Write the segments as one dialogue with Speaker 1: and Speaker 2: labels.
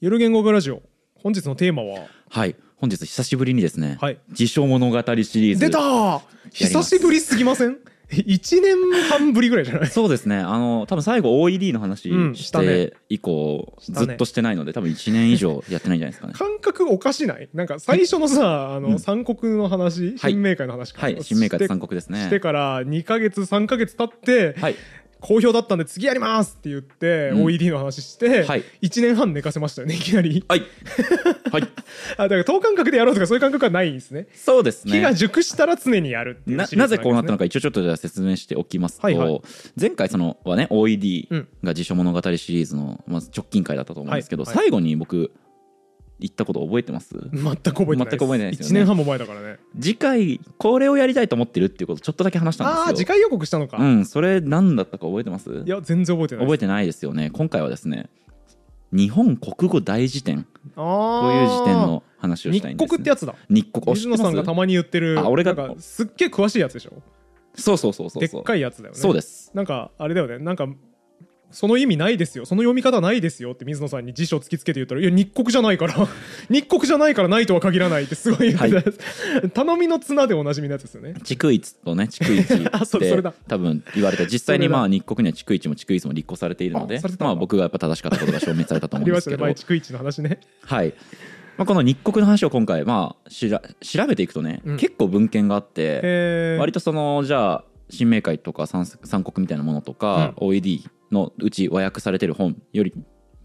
Speaker 1: ゆる言語学ラジオ本日のテーマは
Speaker 2: はい本日久しぶりにですね、
Speaker 1: はい
Speaker 2: 自称物語シリーズ
Speaker 1: 出た久しぶりすぎません一年半ぶりぐらいじゃない
Speaker 2: そうですねあの多分最後 OED の話
Speaker 1: うん
Speaker 2: し
Speaker 1: したね
Speaker 2: て以降、
Speaker 1: したね
Speaker 2: ずっとしてないので多分1年以上やってないんじゃないですかね
Speaker 1: 感覚お かしないなんか最初のさあ
Speaker 2: う
Speaker 1: の
Speaker 2: ん
Speaker 1: 三国の話
Speaker 2: はい
Speaker 1: 新明会の話から
Speaker 2: はい新明
Speaker 1: して
Speaker 2: 解と三国ですね
Speaker 1: してから2ヶ月3ヶ月経って
Speaker 2: はい
Speaker 1: 好評だったんで次やりますって言って
Speaker 2: うん
Speaker 1: OED の話して
Speaker 2: はい
Speaker 1: 1年半寝かせましたよねいきなり
Speaker 2: はい、はい、
Speaker 1: あだから等間隔でやろうとかそういう感覚はないんですね
Speaker 2: そうです
Speaker 1: 木が
Speaker 2: ね
Speaker 1: 熟したら常にやるっていう
Speaker 2: な
Speaker 1: シリー
Speaker 2: な
Speaker 1: ズ
Speaker 2: ぜこうなったの
Speaker 1: か
Speaker 2: か一応ちょっとじゃあ説明しておきますと、
Speaker 1: はいはい
Speaker 2: 前回そのはね
Speaker 1: う
Speaker 2: OED
Speaker 1: ん
Speaker 2: が自称物語シリーズの、まあ、直近回だったと思うんですけど、
Speaker 1: はいはい
Speaker 2: 最後に僕言ったこと覚えてます
Speaker 1: 全く覚えてない
Speaker 2: 全く覚えてないです
Speaker 1: 1
Speaker 2: よね
Speaker 1: 年半も前だからね
Speaker 2: 次回これをやりたいと思ってるっていうことちょっとだけ話したんですよ
Speaker 1: ああー次回予告したのか、
Speaker 2: うん、それ何だったか覚えてます
Speaker 1: いや全然覚えてない
Speaker 2: 覚えてないですよね。今回はですね、日本国語大辞典
Speaker 1: あ
Speaker 2: という辞典
Speaker 1: ー
Speaker 2: の話をしたいんです、
Speaker 1: 日国ってやつだ
Speaker 2: 日国お知
Speaker 1: 水
Speaker 2: っ
Speaker 1: 野
Speaker 2: て
Speaker 1: さ
Speaker 2: ま
Speaker 1: んがた
Speaker 2: す
Speaker 1: まに言ってる
Speaker 2: あ俺が
Speaker 1: なんかすっげえ詳しいやつでしょ
Speaker 2: そうそうそうそうそう。
Speaker 1: でっかいやつだよね
Speaker 2: そうです。
Speaker 1: なんかあれだよねなんかその意味ないですよその読み方ないですよって水野さんに辞書突きつけて言ったら「いや日国じゃないから 日国じゃないからないとは限らない」ってすごい言ってたやつ、 頼みの綱でおなじみのやつですよね
Speaker 2: 逐一とね、逐
Speaker 1: あ
Speaker 2: 一
Speaker 1: それそれ
Speaker 2: で
Speaker 1: だ
Speaker 2: 多分言われて、実際に
Speaker 1: それだ
Speaker 2: まあ日国には逐一も逐一も立候補されているの
Speaker 1: あ
Speaker 2: で
Speaker 1: されて、たんだ
Speaker 2: まあ僕がやっぱ正しかったことが証明されたと
Speaker 1: あ
Speaker 2: 思
Speaker 1: り
Speaker 2: うん
Speaker 1: ま
Speaker 2: で
Speaker 1: した
Speaker 2: すけ
Speaker 1: ね
Speaker 2: ど、
Speaker 1: 毎逐一の話ね
Speaker 2: はい。まあ、この日国の話を今回、まあ、しら調べていくとね、
Speaker 1: うん
Speaker 2: 結構文献があって、
Speaker 1: えー、
Speaker 2: 割とそのじゃあ新明会とか三三国みたいなものとか、OED のうち和訳されてる本より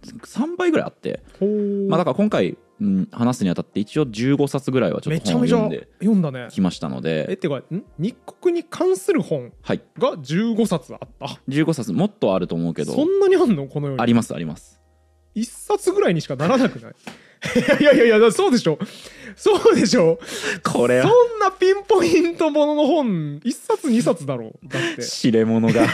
Speaker 2: 3倍ぐらいあって、
Speaker 1: ほー
Speaker 2: まあ、だから今回、うん、話すにあたって一応15冊ぐらいはちょっ
Speaker 1: め
Speaker 2: と
Speaker 1: ちゃ
Speaker 2: 本を
Speaker 1: めちゃ
Speaker 2: 読んで
Speaker 1: 読んだね
Speaker 2: きましたの
Speaker 1: えっ
Speaker 2: で、
Speaker 1: てかん日国に関する本
Speaker 2: はい、
Speaker 1: が15冊あった
Speaker 2: 15冊もっとあると思うけど
Speaker 1: そんなにあんのこの世に
Speaker 2: ありますあります
Speaker 1: 一冊ぐらいにしかならなくない いやいやいやいやそうでしょそうでしょ
Speaker 2: これ
Speaker 1: そ
Speaker 2: は
Speaker 1: んなピンポイントものの本一冊二冊だろうだって
Speaker 2: 知れ 者が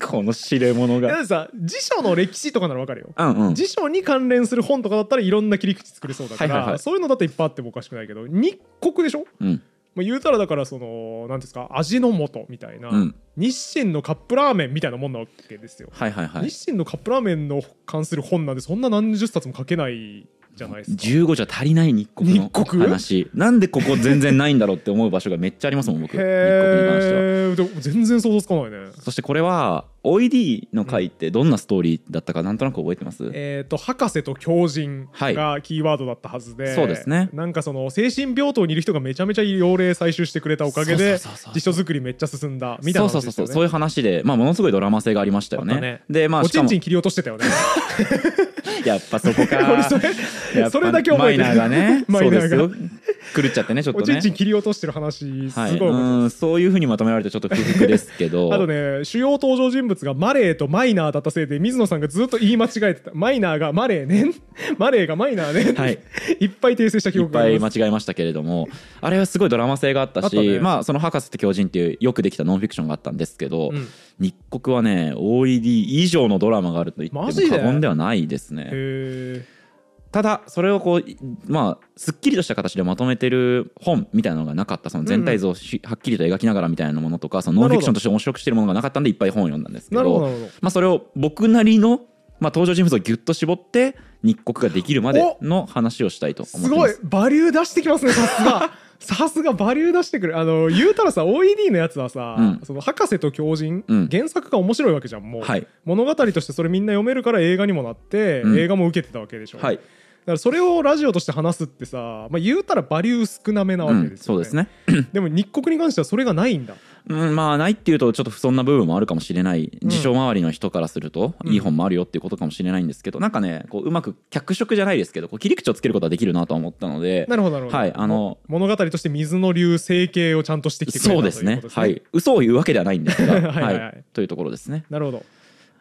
Speaker 2: この知れ者
Speaker 1: いやだっ
Speaker 2: が
Speaker 1: てさ辞書の歴史とかならわかるよ
Speaker 2: うんうん
Speaker 1: 辞書に関連する本とかだったらいろんな切り口作れそうだから、
Speaker 2: はいはいはい
Speaker 1: そういうのだっていっぱいあってもおかしくないけど日国でしょ、
Speaker 2: うん
Speaker 1: まあ、言うたらだからその何ですか味の素みたいな、
Speaker 2: うん
Speaker 1: 日清のカップラーメンみたいなもんなわけですよ、
Speaker 2: はいはいはい
Speaker 1: 日清のカップラーメンの関する本なんでそんな何十冊も書けないじゃないですか
Speaker 2: 15じゃ足りない日国の
Speaker 1: 日国
Speaker 2: 話なんでここ全然ないんだろうって思う場所がめっちゃありますもん僕日国に関しては
Speaker 1: へえでも全然想像つかないね
Speaker 2: そしてこれは OED の回ってどんなストーリーだったかなんとなく覚えてます、
Speaker 1: えー、と博士と狂人
Speaker 2: はい
Speaker 1: がキーワードだったはずで、
Speaker 2: そうですね
Speaker 1: なんかその精神病棟にいる人がめちゃめちゃ用例採集してくれたおかげで
Speaker 2: そうそうそうそう
Speaker 1: 辞書作りめっちゃ進んだみたいな
Speaker 2: そう
Speaker 1: 話で
Speaker 2: そうそ
Speaker 1: す
Speaker 2: う
Speaker 1: よ
Speaker 2: そうそう
Speaker 1: ね
Speaker 2: いう話で、まあ、ものすごいドラマ性がありましたよ
Speaker 1: あ
Speaker 2: ね
Speaker 1: ったね
Speaker 2: でまあ
Speaker 1: お
Speaker 2: し
Speaker 1: ち
Speaker 2: か
Speaker 1: ん
Speaker 2: も
Speaker 1: ちん切り落としてたよね
Speaker 2: やっぱそ こか
Speaker 1: 俺それ
Speaker 2: やっぱ
Speaker 1: それだけ覚えてる
Speaker 2: マイナーがね
Speaker 1: マイナーが
Speaker 2: そうですよ狂っちゃってねちょっと
Speaker 1: お
Speaker 2: ね
Speaker 1: ちんちん切り落としてる話す
Speaker 2: はい、
Speaker 1: ごい思いま
Speaker 2: うんそういうふうにまとめられてちょっと不服ですけ ど
Speaker 1: あとね主要登場人物がマレーとマイナーだったせいで水野さんがずっと言い間違えてたマイナーがマレーねん マレーがマイナーねん、
Speaker 2: はい
Speaker 1: いっぱい訂正した記
Speaker 2: いっ
Speaker 1: 憶が
Speaker 2: ぱ
Speaker 1: あり
Speaker 2: い
Speaker 1: ま
Speaker 2: 間
Speaker 1: す
Speaker 2: 違えましたけれどもあれはすごいドラマ性があったし
Speaker 1: あったね
Speaker 2: まあその「博士と狂人」っていうよくできたノンフィクションがあったんですけど、
Speaker 1: うん
Speaker 2: 日国はね OED 以上のドラマがあると言っても
Speaker 1: マジで
Speaker 2: 過言ではないですね
Speaker 1: へえ
Speaker 2: ただそれをこういまあすっきりとした形でまとめてる本みたいなのがなかったその全体像をしはっきりと描きながらみたいなものとかそのノンフィクションとして面白くしてるものがなかったんでいっぱい本を読んだんですけ
Speaker 1: なるほどな
Speaker 2: ど
Speaker 1: るほど
Speaker 2: まあそれを僕なりのまあ登場人物をギュッと絞って日国ができるまでの話をしたいと思
Speaker 1: す
Speaker 2: って
Speaker 1: ご
Speaker 2: ま
Speaker 1: い
Speaker 2: す。
Speaker 1: バリュー出してきますねさす がさすがバリュー出してくるあの言うたらさ OED のやつはさ、
Speaker 2: うん
Speaker 1: その博士と狂人、
Speaker 2: うん
Speaker 1: 原作が面白いわけじゃんもう、
Speaker 2: はい
Speaker 1: 物語としてそれみんな読めるから映画にもなって、
Speaker 2: うん
Speaker 1: 映画も受けてたわけでしょ、
Speaker 2: は
Speaker 1: だ
Speaker 2: い、
Speaker 1: からそれをラジオとして話すってさ、まあ、言うたらバリュー少なめなわ
Speaker 2: う
Speaker 1: け
Speaker 2: ん、
Speaker 1: です
Speaker 2: そ
Speaker 1: よね、
Speaker 2: うですね。
Speaker 1: でも日国に関してはそれがないんだ
Speaker 2: うん、まあないっていうとちょっと不損な部分もあるかもしれない
Speaker 1: ん
Speaker 2: 自称周りの人からすると
Speaker 1: うん
Speaker 2: いい本もあるよっていうことかもしれないんですけど、なんかねこううまく脚色じゃないですけどこう切り口をつけることはできるなとは思ったので
Speaker 1: なるほどなるほど、
Speaker 2: はいあの
Speaker 1: 物語として水の流成形をちゃんとしてきてくれた
Speaker 2: そうです
Speaker 1: とい
Speaker 2: ね
Speaker 1: うこと
Speaker 2: は
Speaker 1: ですね
Speaker 2: い嘘を言うわけではないんですが
Speaker 1: はいはいはい
Speaker 2: というところですね、
Speaker 1: なるほど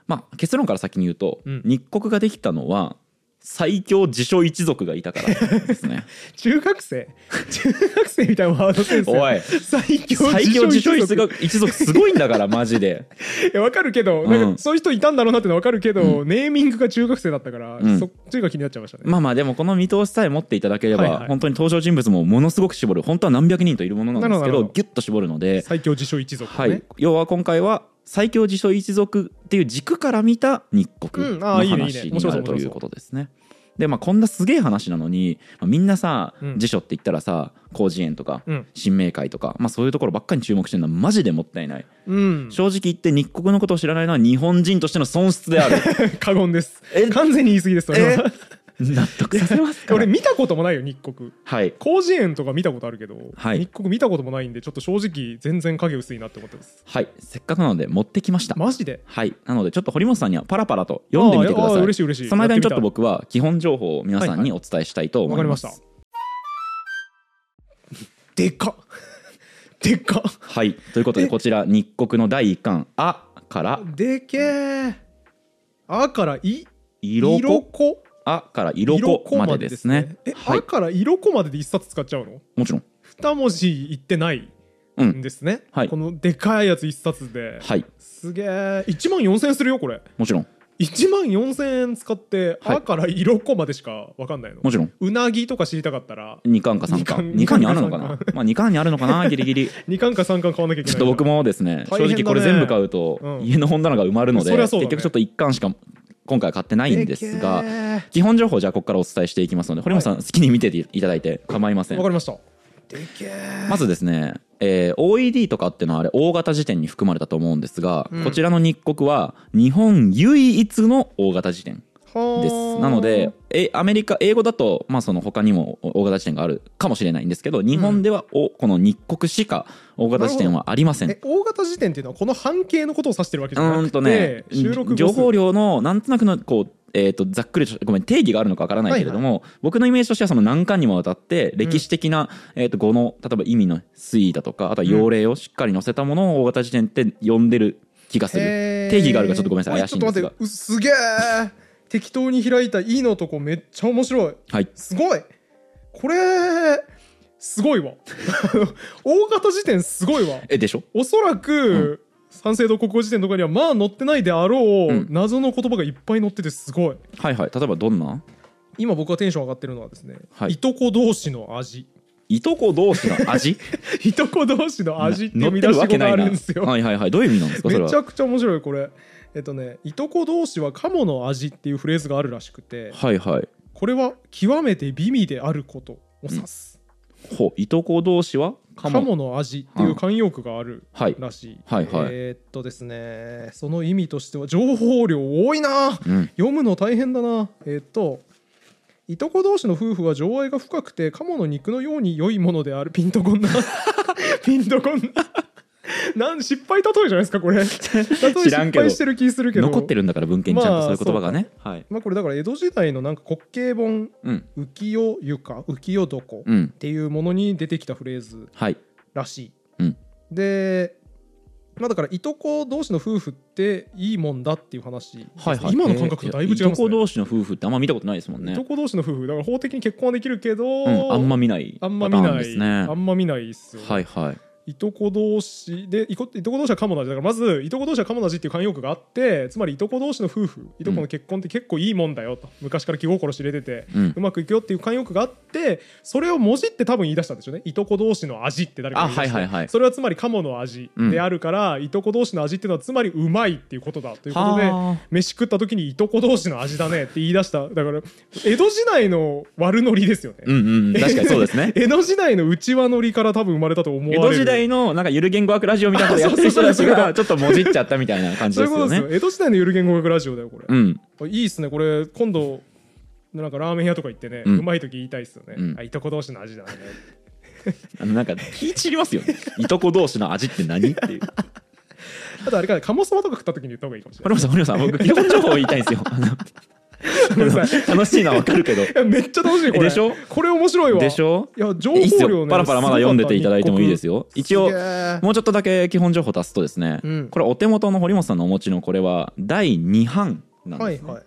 Speaker 2: まあ、結論から先に言うと、
Speaker 1: うん
Speaker 2: 日国ができたのは最強自称一族がいたからで すね
Speaker 1: 中学生 中学生みたいなワードセンス
Speaker 2: おい
Speaker 1: 最強
Speaker 2: 最強自称一
Speaker 1: が
Speaker 2: 族一族すごいんだからマジで
Speaker 1: いやわかるけど、
Speaker 2: うん
Speaker 1: なんかそういう人いたんだろうなってのはわかるけど、ネーミングが中学生だったから、
Speaker 2: うん
Speaker 1: そっちが気になっちゃいましたね。
Speaker 2: まあまあでもこの見通しさえ持っていただければ、
Speaker 1: はいはい
Speaker 2: 本当に登場人物もものすごく絞る本当は何百人といるものなんです
Speaker 1: な
Speaker 2: け
Speaker 1: るほどなる
Speaker 2: ど
Speaker 1: ほど
Speaker 2: ギュッと絞るので
Speaker 1: 最強自称一族、ね
Speaker 2: はい、要は今回は最強自称一族っていう軸から見た日
Speaker 1: う
Speaker 2: 国
Speaker 1: ん
Speaker 2: の
Speaker 1: あーいいねい
Speaker 2: 話
Speaker 1: いね
Speaker 2: にな
Speaker 1: 面白そう
Speaker 2: ると
Speaker 1: 面白
Speaker 2: い
Speaker 1: そう
Speaker 2: うことですね。でまあこんなすげえ話なのに、まあ、みんなさ、
Speaker 1: うん
Speaker 2: 辞書って言ったらさ広辞苑とか
Speaker 1: うん
Speaker 2: 新明会とか、まあ、そういうところばっかり注目してるのはマジでもったいない、
Speaker 1: うん
Speaker 2: 正直言って日国のことを知らないのは日本人としての損失で ある
Speaker 1: 過言です
Speaker 2: え
Speaker 1: 完全に言い過ぎですそれは
Speaker 2: 納得させますか
Speaker 1: 俺見たこともないよ日国
Speaker 2: はい
Speaker 1: 広辞苑とか見たことあるけど、
Speaker 2: はい
Speaker 1: 日国見たこともないんでちょっと正直全然影薄いなって思ってます
Speaker 2: はいせっかくなので持ってきました
Speaker 1: マジで
Speaker 2: はいなのでちょっと堀本さんにはパラパラと読んでみてくだ
Speaker 1: あー
Speaker 2: さ
Speaker 1: あー
Speaker 2: い
Speaker 1: 嬉しい嬉しい
Speaker 2: その間にちょっと
Speaker 1: やて
Speaker 2: 僕は基本情報を皆さんにお伝えしたいと思います。
Speaker 1: わかみたで かっでかっ
Speaker 2: はいということで
Speaker 1: え
Speaker 2: こちら日国の第一巻「あ」から
Speaker 1: でけえあからい
Speaker 2: 「色こ」
Speaker 1: こ
Speaker 2: 「あ」から「色こ」までですね。
Speaker 1: え、
Speaker 2: はい
Speaker 1: あから色こまでで一冊使っちゃうの
Speaker 2: もちろん
Speaker 1: 二文字言ってない
Speaker 2: うん
Speaker 1: んですね、
Speaker 2: はい
Speaker 1: このでかいやつ一冊で、
Speaker 2: はい
Speaker 1: すげえ1万4000円するよこれ
Speaker 2: もちろん
Speaker 1: 1万4000円使って、
Speaker 2: はい
Speaker 1: あから色こまでしかわかんないの
Speaker 2: もちろん
Speaker 1: うなぎとか知りたかったら
Speaker 2: 2巻か3巻2
Speaker 1: 二巻
Speaker 2: 巻にあるのかな
Speaker 1: 二巻
Speaker 2: まあ2巻にあるのかなギ リギリ
Speaker 1: 2巻か3巻買わなきゃいけ
Speaker 2: ちょ
Speaker 1: ない
Speaker 2: っと僕もですね
Speaker 1: 大変だ
Speaker 2: 正
Speaker 1: ね
Speaker 2: 直これ全部買う
Speaker 1: う
Speaker 2: と
Speaker 1: ん
Speaker 2: 家の本棚が埋まるので
Speaker 1: そりゃそうだね
Speaker 2: 結局ちょっと1巻しか今回は買ってないんですが基本情報をじゃあここからお伝えしていきますので堀本さん好きに見ていただいて構いません
Speaker 1: わかりましたでけえ
Speaker 2: まずですね、えー OED とかってのはあれ大型辞典に含まれたと思うんですが、
Speaker 1: うん
Speaker 2: こちらの日国は日本唯一の大型辞典ですなのでえアメリカ英語だと、まあ、その他にも大型辞典があるかもしれないんですけど日本ではお、この日国しか大型辞典はありません
Speaker 1: え大型辞典っていうのはこの半径のことを指してるわけじゃな
Speaker 2: う
Speaker 1: く
Speaker 2: ん
Speaker 1: て
Speaker 2: とね、
Speaker 1: 収録
Speaker 2: 情
Speaker 1: 後数
Speaker 2: 報量のなんとなくのこう、えー、とざっくりとごめん定義があるのかわからないけれども、僕のイメージとしてはその何巻にもわたって歴史的な、えー、と語の例えば意味の推移だとかあとは要領をしっかり載せたものを大型辞典って呼んでる気がする、
Speaker 1: へー
Speaker 2: 定義があるかちょっとごめんなさい
Speaker 1: お
Speaker 2: 怪しいんですが
Speaker 1: ちょっと待ってうすげえ適当に開いた E のとこめっちゃ面白い
Speaker 2: はい
Speaker 1: すごいこれすごいわ 大型辞典すごいわ
Speaker 2: えでしょ
Speaker 1: おそらく、三省堂国語辞典とかにはまあ載ってないであろう、
Speaker 2: うん
Speaker 1: 謎の言葉がいっぱい載っててすごい
Speaker 2: はいはい例えばどんな
Speaker 1: 今僕がテンション上がってるのはですね、
Speaker 2: はい
Speaker 1: いとこ同士の味
Speaker 2: いとこ同士の 味
Speaker 1: いとこ同士の味っていう
Speaker 2: 乗
Speaker 1: 見
Speaker 2: って
Speaker 1: 出
Speaker 2: る
Speaker 1: し
Speaker 2: わけ
Speaker 1: 語が
Speaker 2: ない
Speaker 1: あ
Speaker 2: な
Speaker 1: るんですよ
Speaker 2: はいはいはいどういう意味なんですかそれ
Speaker 1: め
Speaker 2: は
Speaker 1: ちゃくちゃ面白いこれえっとねいとこ同士はカモの味っていうフレーズがあるらしくて
Speaker 2: はいはい
Speaker 1: これは極めて美味であることを指す、
Speaker 2: ほいとこ同士はカ
Speaker 1: カモ
Speaker 2: モ
Speaker 1: の味っていう慣用句がある
Speaker 2: はい
Speaker 1: らしい、
Speaker 2: はいはい
Speaker 1: えーっとですねその意味としては情報量多いな
Speaker 2: うん
Speaker 1: 読むの大変だなえーっといとこ同士の夫婦は情愛が深くてカモの肉のように良いものであるピンとこんな ピンとこんななん失敗例えじゃないですかこれ例え
Speaker 2: 知らん
Speaker 1: 失
Speaker 2: けど
Speaker 1: 敗してる気するけど
Speaker 2: 残ってるんだから文献にちゃんとそういう言葉がね、はい
Speaker 1: まあこれだから江戸時代のなんか滑稽本
Speaker 2: うん
Speaker 1: 浮世床浮世床っ
Speaker 2: うん
Speaker 1: ていうものに出てきたフレーズ
Speaker 2: はい
Speaker 1: らしい、
Speaker 2: うん
Speaker 1: でまあだからいとこ同士の夫婦っていいもんだっていう話です、
Speaker 2: はいはい、
Speaker 1: 今の感覚とだいぶ違い
Speaker 2: えー
Speaker 1: ま
Speaker 2: いと
Speaker 1: すね
Speaker 2: こ同士の夫婦ってあんま見たことないですもん
Speaker 1: い
Speaker 2: ね
Speaker 1: と。こ同士の夫婦だから法的に結婚はできるけど、
Speaker 2: うん、あんま見ない
Speaker 1: あ
Speaker 2: パタ
Speaker 1: んま見
Speaker 2: ー
Speaker 1: な
Speaker 2: ン
Speaker 1: い
Speaker 2: ですね
Speaker 1: あ。んま見ないっすよね、
Speaker 2: はいはい。
Speaker 1: いとこ同士でいこいとこ同士はカモなじだからまずいとこ同士はカモなじっていう慣用句があってつまりいとこ同士の夫婦いとこの結婚って結構いいもんだよと、昔から気心知れてて
Speaker 2: うん
Speaker 1: う、まくいくよっていう慣用句があってそれをもじって多分言い出したんでしょうねいとこ同士の味って誰かが言い出して
Speaker 2: あはいはいはい
Speaker 1: それはつまりカモの味であるから、いとこ同士の味っていうのはつまりうまいっていうことだということで
Speaker 2: はあ
Speaker 1: 飯食った時にいとこ同士の味だねって言い出しただから江戸時代の悪ノリですよね、。
Speaker 2: うんうん、確かにそうですね
Speaker 1: 江戸時代の内輪ノリから多分生まれたと思われ
Speaker 2: 江
Speaker 1: る
Speaker 2: 戸時代のなんかゆる言語学ラジオみたいなことやってる人たちがちょっともじっちゃったみたいな感じ
Speaker 1: そう
Speaker 2: で
Speaker 1: いう
Speaker 2: す
Speaker 1: こと
Speaker 2: よ
Speaker 1: です
Speaker 2: ね
Speaker 1: よ。江戸時代のゆる言語学ラジオだよこれ、
Speaker 2: うん、
Speaker 1: いいっすねこれ今度なんかラーメン屋とか行ってね、
Speaker 2: う
Speaker 1: うんまい時言いたいっすよね、
Speaker 2: うん
Speaker 1: あいとこ同士の味だね
Speaker 2: あのなんか気散りますよね。いとこ同士の味って何っていう。
Speaker 1: あとあれかな鴨そばとか食った時に言った方がいいかもしれ
Speaker 2: 堀本さん、堀本さん、僕基本情報を言いたいんですよ。あの
Speaker 1: ない
Speaker 2: 楽しいのはわかるけど。
Speaker 1: いやめっちゃ楽しいこれ
Speaker 2: でしょ
Speaker 1: これ面白いわ
Speaker 2: でしょ
Speaker 1: いや情
Speaker 2: いいっす
Speaker 1: 報量
Speaker 2: よ。
Speaker 1: ね
Speaker 2: パラパラまだ読んでていただいてもいいです
Speaker 1: よ
Speaker 2: よ。一応。もうちょっとだけ基本情報足すとですね、
Speaker 1: うん
Speaker 2: これお手元の堀本さんのお持ちのこれは第2版なん
Speaker 1: は
Speaker 2: で
Speaker 1: い
Speaker 2: す、ね
Speaker 1: はい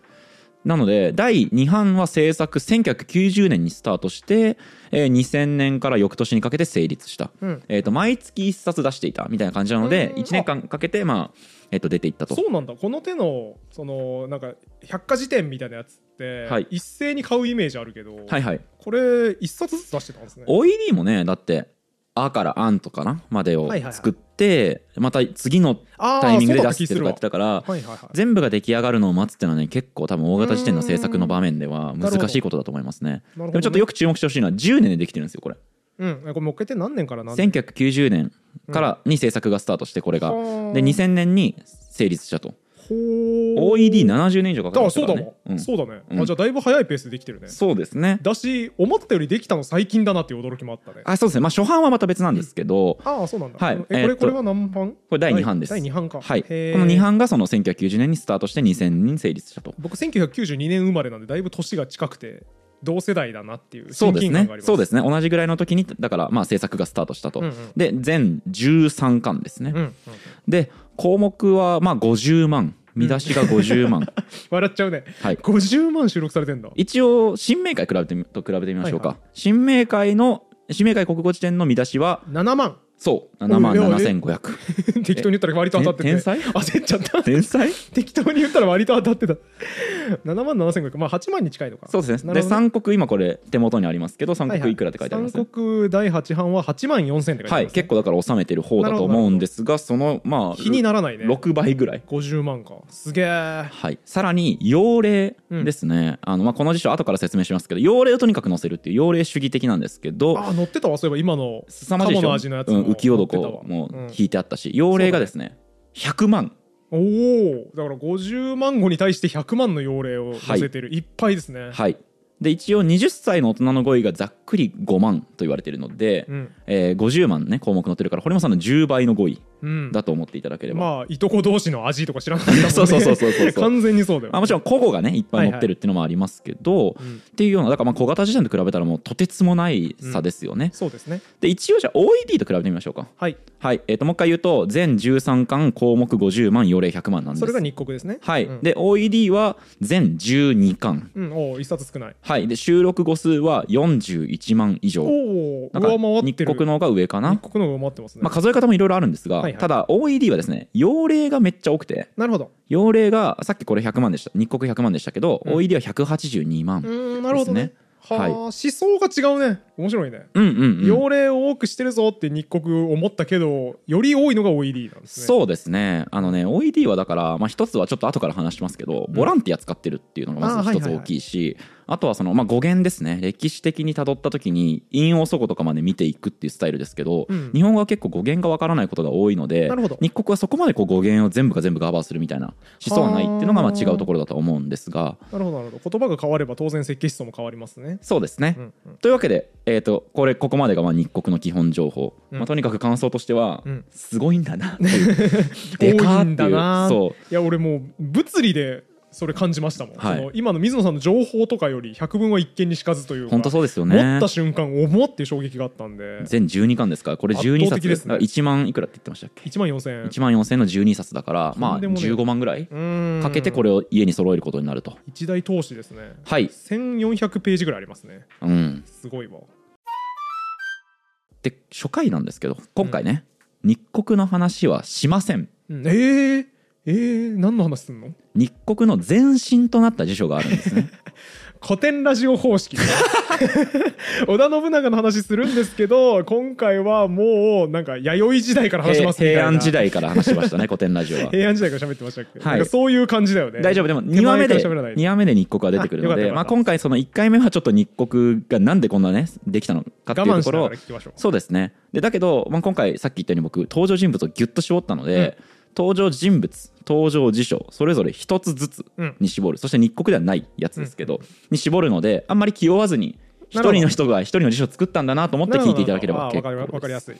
Speaker 2: なので第2版は制作1990年にスタートして、えー2000年から翌年にかけて成立した、
Speaker 1: うん
Speaker 2: えー、と毎月1冊出していたみたいな感じなので
Speaker 1: うん
Speaker 2: 1年間かけて、まあえー、と出ていったと
Speaker 1: そうなんだこの手のそのなんか百科事典みたいなやつって、
Speaker 2: はい
Speaker 1: 一斉に買うイメージあるけど、
Speaker 2: はいはい
Speaker 1: これ一冊ずつ出してたんですね
Speaker 2: OED もねだってあからあんとかなまで
Speaker 1: は
Speaker 2: を
Speaker 1: いはいはい
Speaker 2: 作ってまた次の
Speaker 1: あー
Speaker 2: タイミングで出
Speaker 1: そうだった気
Speaker 2: すって
Speaker 1: す
Speaker 2: と
Speaker 1: る
Speaker 2: か
Speaker 1: わ
Speaker 2: やってたから
Speaker 1: はいはいはい
Speaker 2: 全部が出来上がるのを待つってのはね結構多分大型時点の制作の場面では
Speaker 1: んなるほど
Speaker 2: 難しいことだと思いますね
Speaker 1: なるほどね
Speaker 2: でもちょっとよく注目してほしいのは10年でできてるんですよこれ
Speaker 1: うんこれもう一回って何年から何年
Speaker 2: 1990年からに制作がスタートしてこれが
Speaker 1: はー
Speaker 2: で2000年に成立したと
Speaker 1: ほー
Speaker 2: OED70 年以上かか
Speaker 1: だ
Speaker 2: っ
Speaker 1: か
Speaker 2: て
Speaker 1: らそ
Speaker 2: ますか
Speaker 1: うだわ、
Speaker 2: らねうん
Speaker 1: そうだね、
Speaker 2: うん
Speaker 1: あじゃあだいぶ早いペースでできてるね
Speaker 2: そうですね
Speaker 1: だし思ったよりできたの最近だなっていう驚きもあったね
Speaker 2: あそうですねまあ初版はまた別なんですけど
Speaker 1: ああそうなんだ、
Speaker 2: はい
Speaker 1: えこれ、
Speaker 2: えーっと
Speaker 1: これは何版こ
Speaker 2: これ第2版です
Speaker 1: 第2版か
Speaker 2: はい、こ
Speaker 1: へー
Speaker 2: の2版がその1990年にスタートして2000年に成立したと。
Speaker 1: 僕1992年生まれなんでだいぶ年が近くて同世代だなっていう
Speaker 2: そう
Speaker 1: 親
Speaker 2: です
Speaker 1: 近感
Speaker 2: ね
Speaker 1: があり。ます
Speaker 2: そうですね。同じぐらいの時に、だから、まあ、制作がスタートしたと。
Speaker 1: うんうん
Speaker 2: で、全13巻ですね。
Speaker 1: うんうん、
Speaker 2: で、項目は、まあ、50万。見出しが50万。
Speaker 1: 笑っちゃうね
Speaker 2: はい。
Speaker 1: 50万収録されてんだ
Speaker 2: 一応、新明会比べてみと比べてみましょうか。
Speaker 1: はい
Speaker 2: 新明会の、新明会国語辞典の見出しは、
Speaker 1: 7万
Speaker 2: そう、7万7500。
Speaker 1: 適当に言ったら割と当たってて
Speaker 2: え 天才
Speaker 1: 焦っちゃった
Speaker 2: 天才
Speaker 1: 適当に言ったら割と当たってた7万7500まあ8万に近いのか
Speaker 2: そうですね。
Speaker 1: なる
Speaker 2: で、
Speaker 1: ほど
Speaker 2: 三国、今これ、手元にありますけど、三
Speaker 1: はいは
Speaker 2: 国いくらって書いてありますね
Speaker 1: 三国第8版は8万4000って書いてあります、ね
Speaker 2: はい、結構だから収めてる方だと思うんですが、そのまあ
Speaker 1: 気にならないね
Speaker 2: 6倍ぐらい。
Speaker 1: 50万かすげえ
Speaker 2: はい、さらに用例ですね、あのまあ、この辞書後から説明しますけど用例をとにかく載せるっていう用例主義的なんですけど
Speaker 1: あ乗ってたわそういえば今の
Speaker 2: 凄まじ
Speaker 1: 鴨
Speaker 2: いでしょ
Speaker 1: の味のやつ
Speaker 2: う
Speaker 1: も
Speaker 2: ん、浮世
Speaker 1: 載ってた
Speaker 2: 床
Speaker 1: わ
Speaker 2: も
Speaker 1: うん
Speaker 2: 引いてあったし、用例がですね100万
Speaker 1: おおだから50万語に対して100万の用例を載せてる、い、っぱいですね、
Speaker 2: はいで一応20歳の大人の語彙がざっくり5万と言われてるので、
Speaker 1: うん
Speaker 2: えー50万ね項目載ってるから堀本さんの10倍の語彙
Speaker 1: うん
Speaker 2: だと思っていただければ、
Speaker 1: まあいとこ同士の味とか知らなかったもんね
Speaker 2: そうそうそうそうそう
Speaker 1: 完全にそうだよ、
Speaker 2: まあ、もちろん個々がねいっぱい載ってるっていうのもありますけど、
Speaker 1: うん
Speaker 2: っていうようなだからまあ小型時点と比べたらもうとてつもない差ですよね、
Speaker 1: そうですね
Speaker 2: で一応じゃあ OED と比べてみましょうか
Speaker 1: はい
Speaker 2: はい、えー、ともう一回言うと全13巻項目50万用例100万なんです
Speaker 1: それが日国ですね
Speaker 2: はい、
Speaker 1: うん、
Speaker 2: で OED は全12巻
Speaker 1: うん、おお一冊少ない
Speaker 2: はいで収録語数は41万以上
Speaker 1: おお
Speaker 2: だから
Speaker 1: 上回っ
Speaker 2: 日
Speaker 1: てる
Speaker 2: 国の方が上かな
Speaker 1: 日、国の方が上回ってますね、
Speaker 2: まあ、数え方もいろいろあるんですが、
Speaker 1: はいはい
Speaker 2: ただ OED はですね用例がめっちゃ多くて
Speaker 1: なるほど
Speaker 2: 用例がさっきこれ100万でした日国100万でしたけど、
Speaker 1: うん
Speaker 2: OED は182万、
Speaker 1: うーんなるほどね
Speaker 2: です
Speaker 1: は
Speaker 2: ね
Speaker 1: あ、
Speaker 2: はい
Speaker 1: 思想が違うね面白いね、
Speaker 2: うんうんうん
Speaker 1: 用例を多くしてるぞって日国思ったけどより多いのが OED なんですね
Speaker 2: そうですねあのね OED はだから、まあ、一つはちょっと後から話しますけどボランティア使ってるっていうのが
Speaker 1: あ
Speaker 2: ま
Speaker 1: ー
Speaker 2: ず
Speaker 1: はい
Speaker 2: 一
Speaker 1: は
Speaker 2: つ
Speaker 1: いはい
Speaker 2: 大きいしあとはその、まあ、語源ですね歴史的にたどった時に陰陽祖語とかまで見ていくっていうスタイルですけど、
Speaker 1: うん
Speaker 2: 日本語は結構語源がわからないことが多いので
Speaker 1: なるほど
Speaker 2: 日国はそこまでこう語源を全部が全部ガバーするみたいな思想はないっていうのがまあ違うところだと思うんですが
Speaker 1: なるほどなるほど言葉が変われば当然設計思想も変わりますね
Speaker 2: そうですね
Speaker 1: う。んうん
Speaker 2: というわけで、えー、とこれここまでがまあ日国の基本情報、
Speaker 1: うん
Speaker 2: まあ、とにかく感想としては、
Speaker 1: うん
Speaker 2: すごいんだ なっていうでか
Speaker 1: 多い
Speaker 2: ー
Speaker 1: ん
Speaker 2: って
Speaker 1: だ
Speaker 2: いう
Speaker 1: な
Speaker 2: そう
Speaker 1: いや俺もう物理でそれ感じましたもん、
Speaker 2: はい
Speaker 1: その今の水野さんの情報とかより百分は一見にしかずというか
Speaker 2: 本当そうですよ
Speaker 1: 持
Speaker 2: ね
Speaker 1: った。瞬間思っていう衝撃があったんで
Speaker 2: 全12巻ですからこれ
Speaker 1: 圧
Speaker 2: 12
Speaker 1: 倒
Speaker 2: 冊
Speaker 1: 的ですね
Speaker 2: 1万いくらって言ってましたっけ
Speaker 1: 1万4000円
Speaker 2: 1万4000の12冊だからま
Speaker 1: と
Speaker 2: あ
Speaker 1: んでもねえ
Speaker 2: 15万ぐらいう
Speaker 1: ーん
Speaker 2: かけてこれを家に揃えることになると
Speaker 1: 一大投資ですね
Speaker 2: はい
Speaker 1: 1400ページぐらいありますね
Speaker 2: うん
Speaker 1: すごいわ
Speaker 2: で初回なんですけど今回ね、日国の話はしません
Speaker 1: うんえー、えー、何の話すんの
Speaker 2: 日国の前身となった辞書があるんですね
Speaker 1: 古典ラジオ方 式織田信長の話するんですけど今回はもうなんか弥生時代から 話しますみたいな
Speaker 2: 平安時代から話しましたね 古典ラジオは
Speaker 1: 平安時代から喋ってましたっけ、
Speaker 2: はい
Speaker 1: なんかそういう感じだよね
Speaker 2: 大丈夫でも
Speaker 1: 手前
Speaker 2: 2話目で
Speaker 1: から喋らない
Speaker 2: 2話目で日国が出てくるの
Speaker 1: あ よ
Speaker 2: で、
Speaker 1: かったよか
Speaker 2: ま
Speaker 1: った
Speaker 2: あ、今回その1回目はちょっと日国がなんでこんなねできたのかって
Speaker 1: 我
Speaker 2: いう
Speaker 1: 慢
Speaker 2: と
Speaker 1: し
Speaker 2: こ
Speaker 1: な
Speaker 2: ろ
Speaker 1: が
Speaker 2: を
Speaker 1: ら聞きましょう
Speaker 2: そうですねでだけど、まあ、今回さっき言ったように僕登場人物をギュッと絞ったので、登場人物登場辞書それぞれ一つずつ
Speaker 1: うん
Speaker 2: に絞る、そして日国ではないやつですけど、に絞るのであんまり気負わずに一人の人が一人の辞書作ったんだなと思って聞いていただけれ
Speaker 1: な
Speaker 2: ば
Speaker 1: る
Speaker 2: 結
Speaker 1: ほどなるほどあーわかりわかり
Speaker 2: 構で
Speaker 1: や
Speaker 2: す
Speaker 1: すい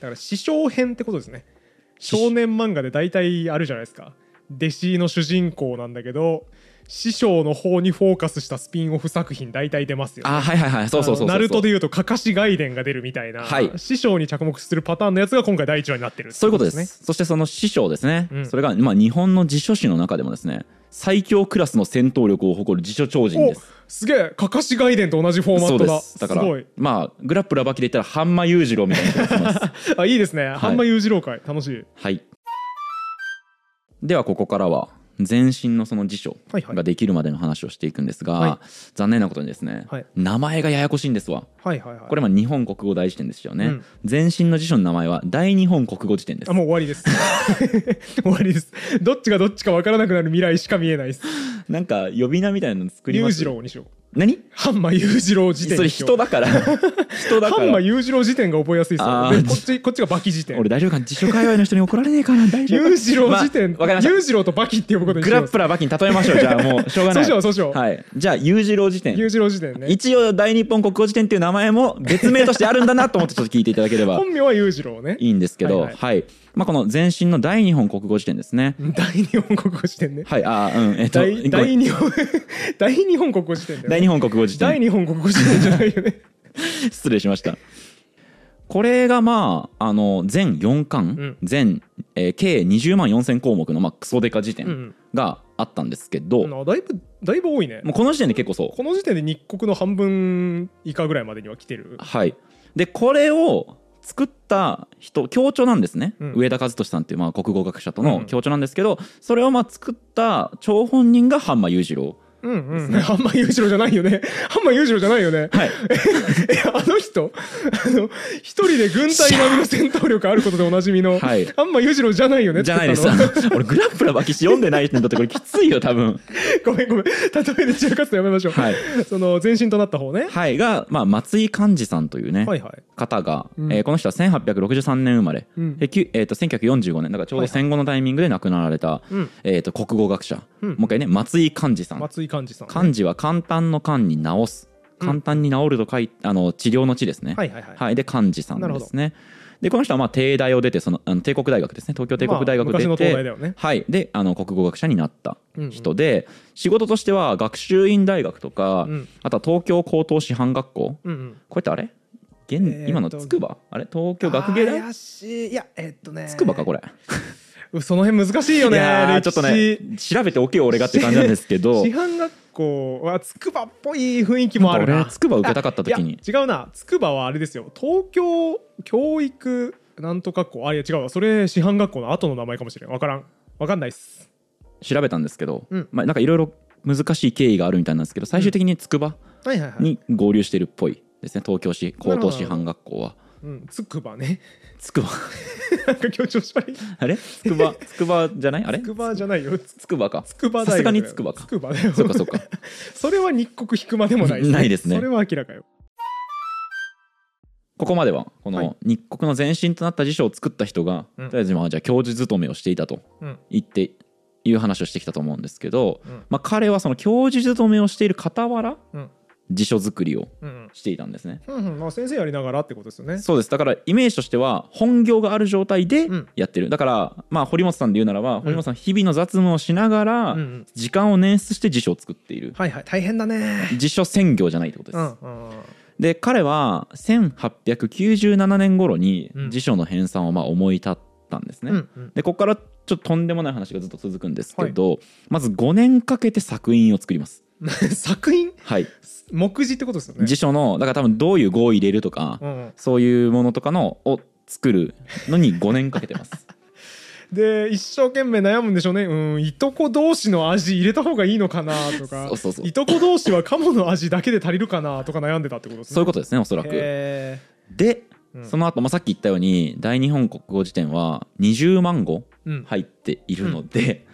Speaker 1: だから師匠編ってことですね
Speaker 2: 師
Speaker 1: 少年漫画で大体あるじゃないですか弟子の主人公なんだけど師匠の方にフォーカスしたスピンオフ作品大体出ますよね、
Speaker 2: あーはいはいはいそうそうそうそう
Speaker 1: あのナルトでいうと「かかし外伝」が出るみたいな、
Speaker 2: はい
Speaker 1: 師匠に着目するパターンのやつが今回第一話になってるって
Speaker 2: そういうことです
Speaker 1: ね
Speaker 2: そしてその師匠ですね、
Speaker 1: うん
Speaker 2: それが、まあ、日本の辞書史の中でもですね最強クラスの戦闘力を誇る辞書超人
Speaker 1: お
Speaker 2: です
Speaker 1: すげえかかし外伝と同じフォーマッ
Speaker 2: そう
Speaker 1: ト
Speaker 2: で
Speaker 1: だ
Speaker 2: すだから
Speaker 1: すごい
Speaker 2: まあグラップラーバキで言ったら半間裕次郎みたいな人が来ます
Speaker 1: あいいですね、半間裕次郎会楽しい
Speaker 2: はいではここからは前身のその辞書
Speaker 1: はいはい
Speaker 2: ができるまでの話をしていくんですが、
Speaker 1: は
Speaker 2: 残念なことにですね、
Speaker 1: はい
Speaker 2: 名前がややこしいんですわ
Speaker 1: はいはいはい
Speaker 2: これまあ日本国語大辞典ですよね、
Speaker 1: うん
Speaker 2: 前身の辞書の名前は大日本国語辞典です
Speaker 1: あもう終わりです 終わりですどっちがどっちか分からなくなる未来しか見えないです
Speaker 2: なんか呼び名みたいなの作りま
Speaker 1: 裕
Speaker 2: す
Speaker 1: 次郎にしよう
Speaker 2: 何
Speaker 1: 半馬裕次郎辞典
Speaker 2: それ
Speaker 1: にしよう
Speaker 2: 人だから 人だか
Speaker 1: 半馬
Speaker 2: ら
Speaker 1: 裕次郎辞典が覚えやすいですよ
Speaker 2: あ
Speaker 1: で
Speaker 2: ー
Speaker 1: こっちこっちがバキ辞典
Speaker 2: 俺大丈夫かな辞書界隈の人に怒られねえかな大丈夫
Speaker 1: 裕次郎辞典、
Speaker 2: まあわかりました
Speaker 1: 裕次郎とバキって呼ぶことにし
Speaker 2: グ
Speaker 1: よ
Speaker 2: ラ
Speaker 1: う
Speaker 2: ップラーバキに例えましょうじゃあもうしょうがな
Speaker 1: そう
Speaker 2: い
Speaker 1: しようそうしよう
Speaker 2: はい、じゃあ裕次郎辞典
Speaker 1: 裕次郎辞典ね
Speaker 2: 一応大日本国語辞典っていう名前も別名としてあるんだなと思ってちょっと聞いていただけ れば
Speaker 1: 本名は裕次郎ね
Speaker 2: いいんですけど
Speaker 1: は
Speaker 2: はいい、
Speaker 1: はい
Speaker 2: まあ、この前身の大日本国語辞典ですね
Speaker 1: 大日本国語辞典ね
Speaker 2: はいあーうんえっと
Speaker 1: 大
Speaker 2: ごめ
Speaker 1: 大
Speaker 2: ん
Speaker 1: 日本 大日本国語辞典だよ
Speaker 2: 大
Speaker 1: ね
Speaker 2: 日本国語辞
Speaker 1: 大
Speaker 2: 典
Speaker 1: 日本国語辞典じゃないよね
Speaker 2: 失礼しましたこれがまああの全4巻、
Speaker 1: うん
Speaker 2: 全、えー計20万4000項目の、まあ、クソデカ辞
Speaker 1: う
Speaker 2: 典
Speaker 1: ん
Speaker 2: があったんですけど、も
Speaker 1: なだいぶだいぶ多いね
Speaker 2: うこの時点で結構そう
Speaker 1: この時点で日国の半分以下ぐらいまでには来てる
Speaker 2: はい、でこれを作った人協調なんですね、
Speaker 1: うん
Speaker 2: 上田和俊さんっていうまあ国語学者と
Speaker 1: う
Speaker 2: の
Speaker 1: ん
Speaker 2: 協調なんですけど、それをまあ作った張本人が半間裕次郎
Speaker 1: うんうん 半馬裕次郎じゃないよね半馬裕次郎じゃないよね
Speaker 2: はい
Speaker 1: えあの人 あの一人で軍隊並みの戦闘力あることでおなじみの、
Speaker 2: はい
Speaker 1: あんま裕次郎じゃないよね
Speaker 2: じゃないです
Speaker 1: 作ったの
Speaker 2: 俺グランプラ脇読んでない人にとってこれきついよ多分
Speaker 1: ごめんごめん例 えで中活動やめましょう、
Speaker 2: はい
Speaker 1: その前身となった方ね
Speaker 2: はいが、まあ、松井寛治さんというね、
Speaker 1: はいはい
Speaker 2: 方が、
Speaker 1: うん
Speaker 2: えーこの人は1863年生まれ、
Speaker 1: うん
Speaker 2: できゅえー、と1945年だからちょう
Speaker 1: はい
Speaker 2: ど
Speaker 1: はい
Speaker 2: 戦後のタイミングで亡くなられた、
Speaker 1: うん
Speaker 2: えー、と国語学者、
Speaker 1: うん
Speaker 2: もう一回ね松井寛治さん
Speaker 1: 松井幹事さん
Speaker 2: 漢字は簡単の漢に治す
Speaker 1: うん
Speaker 2: 簡単に治ると書いあの治療の治ですね
Speaker 1: はいはいはい
Speaker 2: はいで漢字さんですねでこの人はまあ帝大を出てそのあの帝国大学ですね東京帝国大学
Speaker 1: まあ昔の
Speaker 2: 出
Speaker 1: 東大だ
Speaker 2: て
Speaker 1: よね
Speaker 2: はいであの国語学者になった人で仕事としては学習院大学とか
Speaker 1: うん
Speaker 2: あとは東京高等師範学校
Speaker 1: うんうん
Speaker 2: こうやってあれ
Speaker 1: ー
Speaker 2: 現
Speaker 1: と
Speaker 2: 今の筑波あれ東京学芸大
Speaker 1: 怪しいいやえっとね
Speaker 2: 筑波かこれ
Speaker 1: れその辺難しいよ
Speaker 2: い
Speaker 1: ね
Speaker 2: やーちょ
Speaker 1: 歴
Speaker 2: っと
Speaker 1: 史
Speaker 2: ね調べておけよ俺がって感じなんです けど
Speaker 1: 師範学校は筑波っぽい雰囲気もある
Speaker 2: なん
Speaker 1: な
Speaker 2: か俺筑波受けたかった時に
Speaker 1: あいや違うな筑波はあれですよ東京教育なんとか校あいや違うわそれ師範学校の後の名前かもしれんわからんわかんないっす
Speaker 2: 調べたんですけど、
Speaker 1: うん
Speaker 2: まあ、なんかいろいろ難しい経緯があるみたいなんですけど最終的に筑波
Speaker 1: はいはいは
Speaker 2: に合流してるっぽいですね東京市高等師範学校は
Speaker 1: うん、筑波ね
Speaker 2: 筑波
Speaker 1: なんか強調し悪い
Speaker 2: あれ 筑波筑波じゃないあれ
Speaker 1: 筑波じゃないよ
Speaker 2: 筑波か
Speaker 1: 筑波大学だよ
Speaker 2: さすがに筑波か
Speaker 1: 筑波だよ
Speaker 2: そうかそうか
Speaker 1: それは日国引くまでもないですね
Speaker 2: ないですね
Speaker 1: それは明らかよ
Speaker 2: ここまではこ
Speaker 1: はい
Speaker 2: の日国の前身となった辞書を作った人が、
Speaker 1: うん
Speaker 2: とりあえずまあじゃあ教授勤めをしていたと
Speaker 1: うん
Speaker 2: 言っていう話をしてきたと思うんですけど、
Speaker 1: うん
Speaker 2: まあ、彼はその教授勤めをしている傍ら、
Speaker 1: うん
Speaker 2: 辞書作りを
Speaker 1: うん
Speaker 2: していたんですね
Speaker 1: うんうんまあ先生やりながらってことですよね
Speaker 2: そうですだからイメージとしては本業がある状態で
Speaker 1: うん
Speaker 2: やってる、だからまあ堀本さんで言うならば、堀本さん日々の雑務をしながら
Speaker 1: うんうん
Speaker 2: 時間を捻出して辞書を作っている、
Speaker 1: はいはい大変だね
Speaker 2: 辞書専業じゃないってことです、
Speaker 1: うんうんうん
Speaker 2: で彼は1897年頃に
Speaker 1: うん
Speaker 2: 辞書の編纂をまあ思い立ったんですね、
Speaker 1: うんうん
Speaker 2: でここからちょっととんでもない話がずっと続くんですけど、まず5年かけて作品を作ります
Speaker 1: 作品
Speaker 2: はい
Speaker 1: 目次ってことですよね
Speaker 2: 辞書のだから多分どういう語を入れるとか、
Speaker 1: うんうん
Speaker 2: そういうものとかのを作るのに5年かけてます
Speaker 1: で一生懸命悩むんでしょうねうんいとこ同士の味入れた方がいいのかなとか
Speaker 2: そうそうそう
Speaker 1: いとこ同士は鴨の味だけで足りるかなとか悩んでたってことですね
Speaker 2: そういう
Speaker 1: こ
Speaker 2: ことですねおそらく。
Speaker 1: へ
Speaker 2: で、
Speaker 1: ーうん
Speaker 2: その後、まあ、さっき言ったように大日本国語辞典は20万語
Speaker 1: うん
Speaker 2: 入っているので、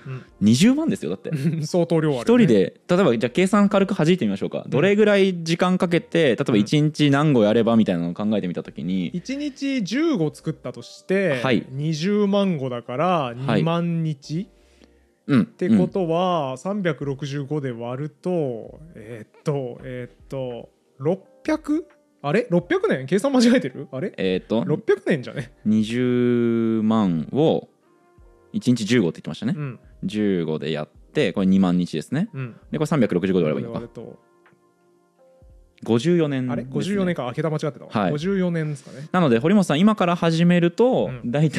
Speaker 2: 20万ですよだって。
Speaker 1: うん相当量ある
Speaker 2: 一
Speaker 1: よね
Speaker 2: 人で例えばじゃあ計算軽く弾いてみましょうかどれぐらい時間かけて例えば1日何語やればみたいなのを考えてみた時に
Speaker 1: 1日15作ったとして、
Speaker 2: はい
Speaker 1: 20万語だから
Speaker 2: い
Speaker 1: 2万日、
Speaker 2: うんっ
Speaker 1: ってことは、365で割るとえーっとえーっと 600? あれ600年計算間違えてるあれ
Speaker 2: えっ、と
Speaker 1: ?600 年じゃね、
Speaker 2: 20万を1日15って言ってましたね
Speaker 1: うん
Speaker 2: 15でやってこれ2万日ですね
Speaker 1: うん、
Speaker 2: でこれ365で割ればいいの
Speaker 1: 割
Speaker 2: か
Speaker 1: ると
Speaker 2: 54年
Speaker 1: あれ
Speaker 2: ですね
Speaker 1: ?54 年か、あ桁間違ってたわ。
Speaker 2: はい
Speaker 1: 54年ですかね。
Speaker 2: なので堀本さん今から始めると
Speaker 1: うん
Speaker 2: 大体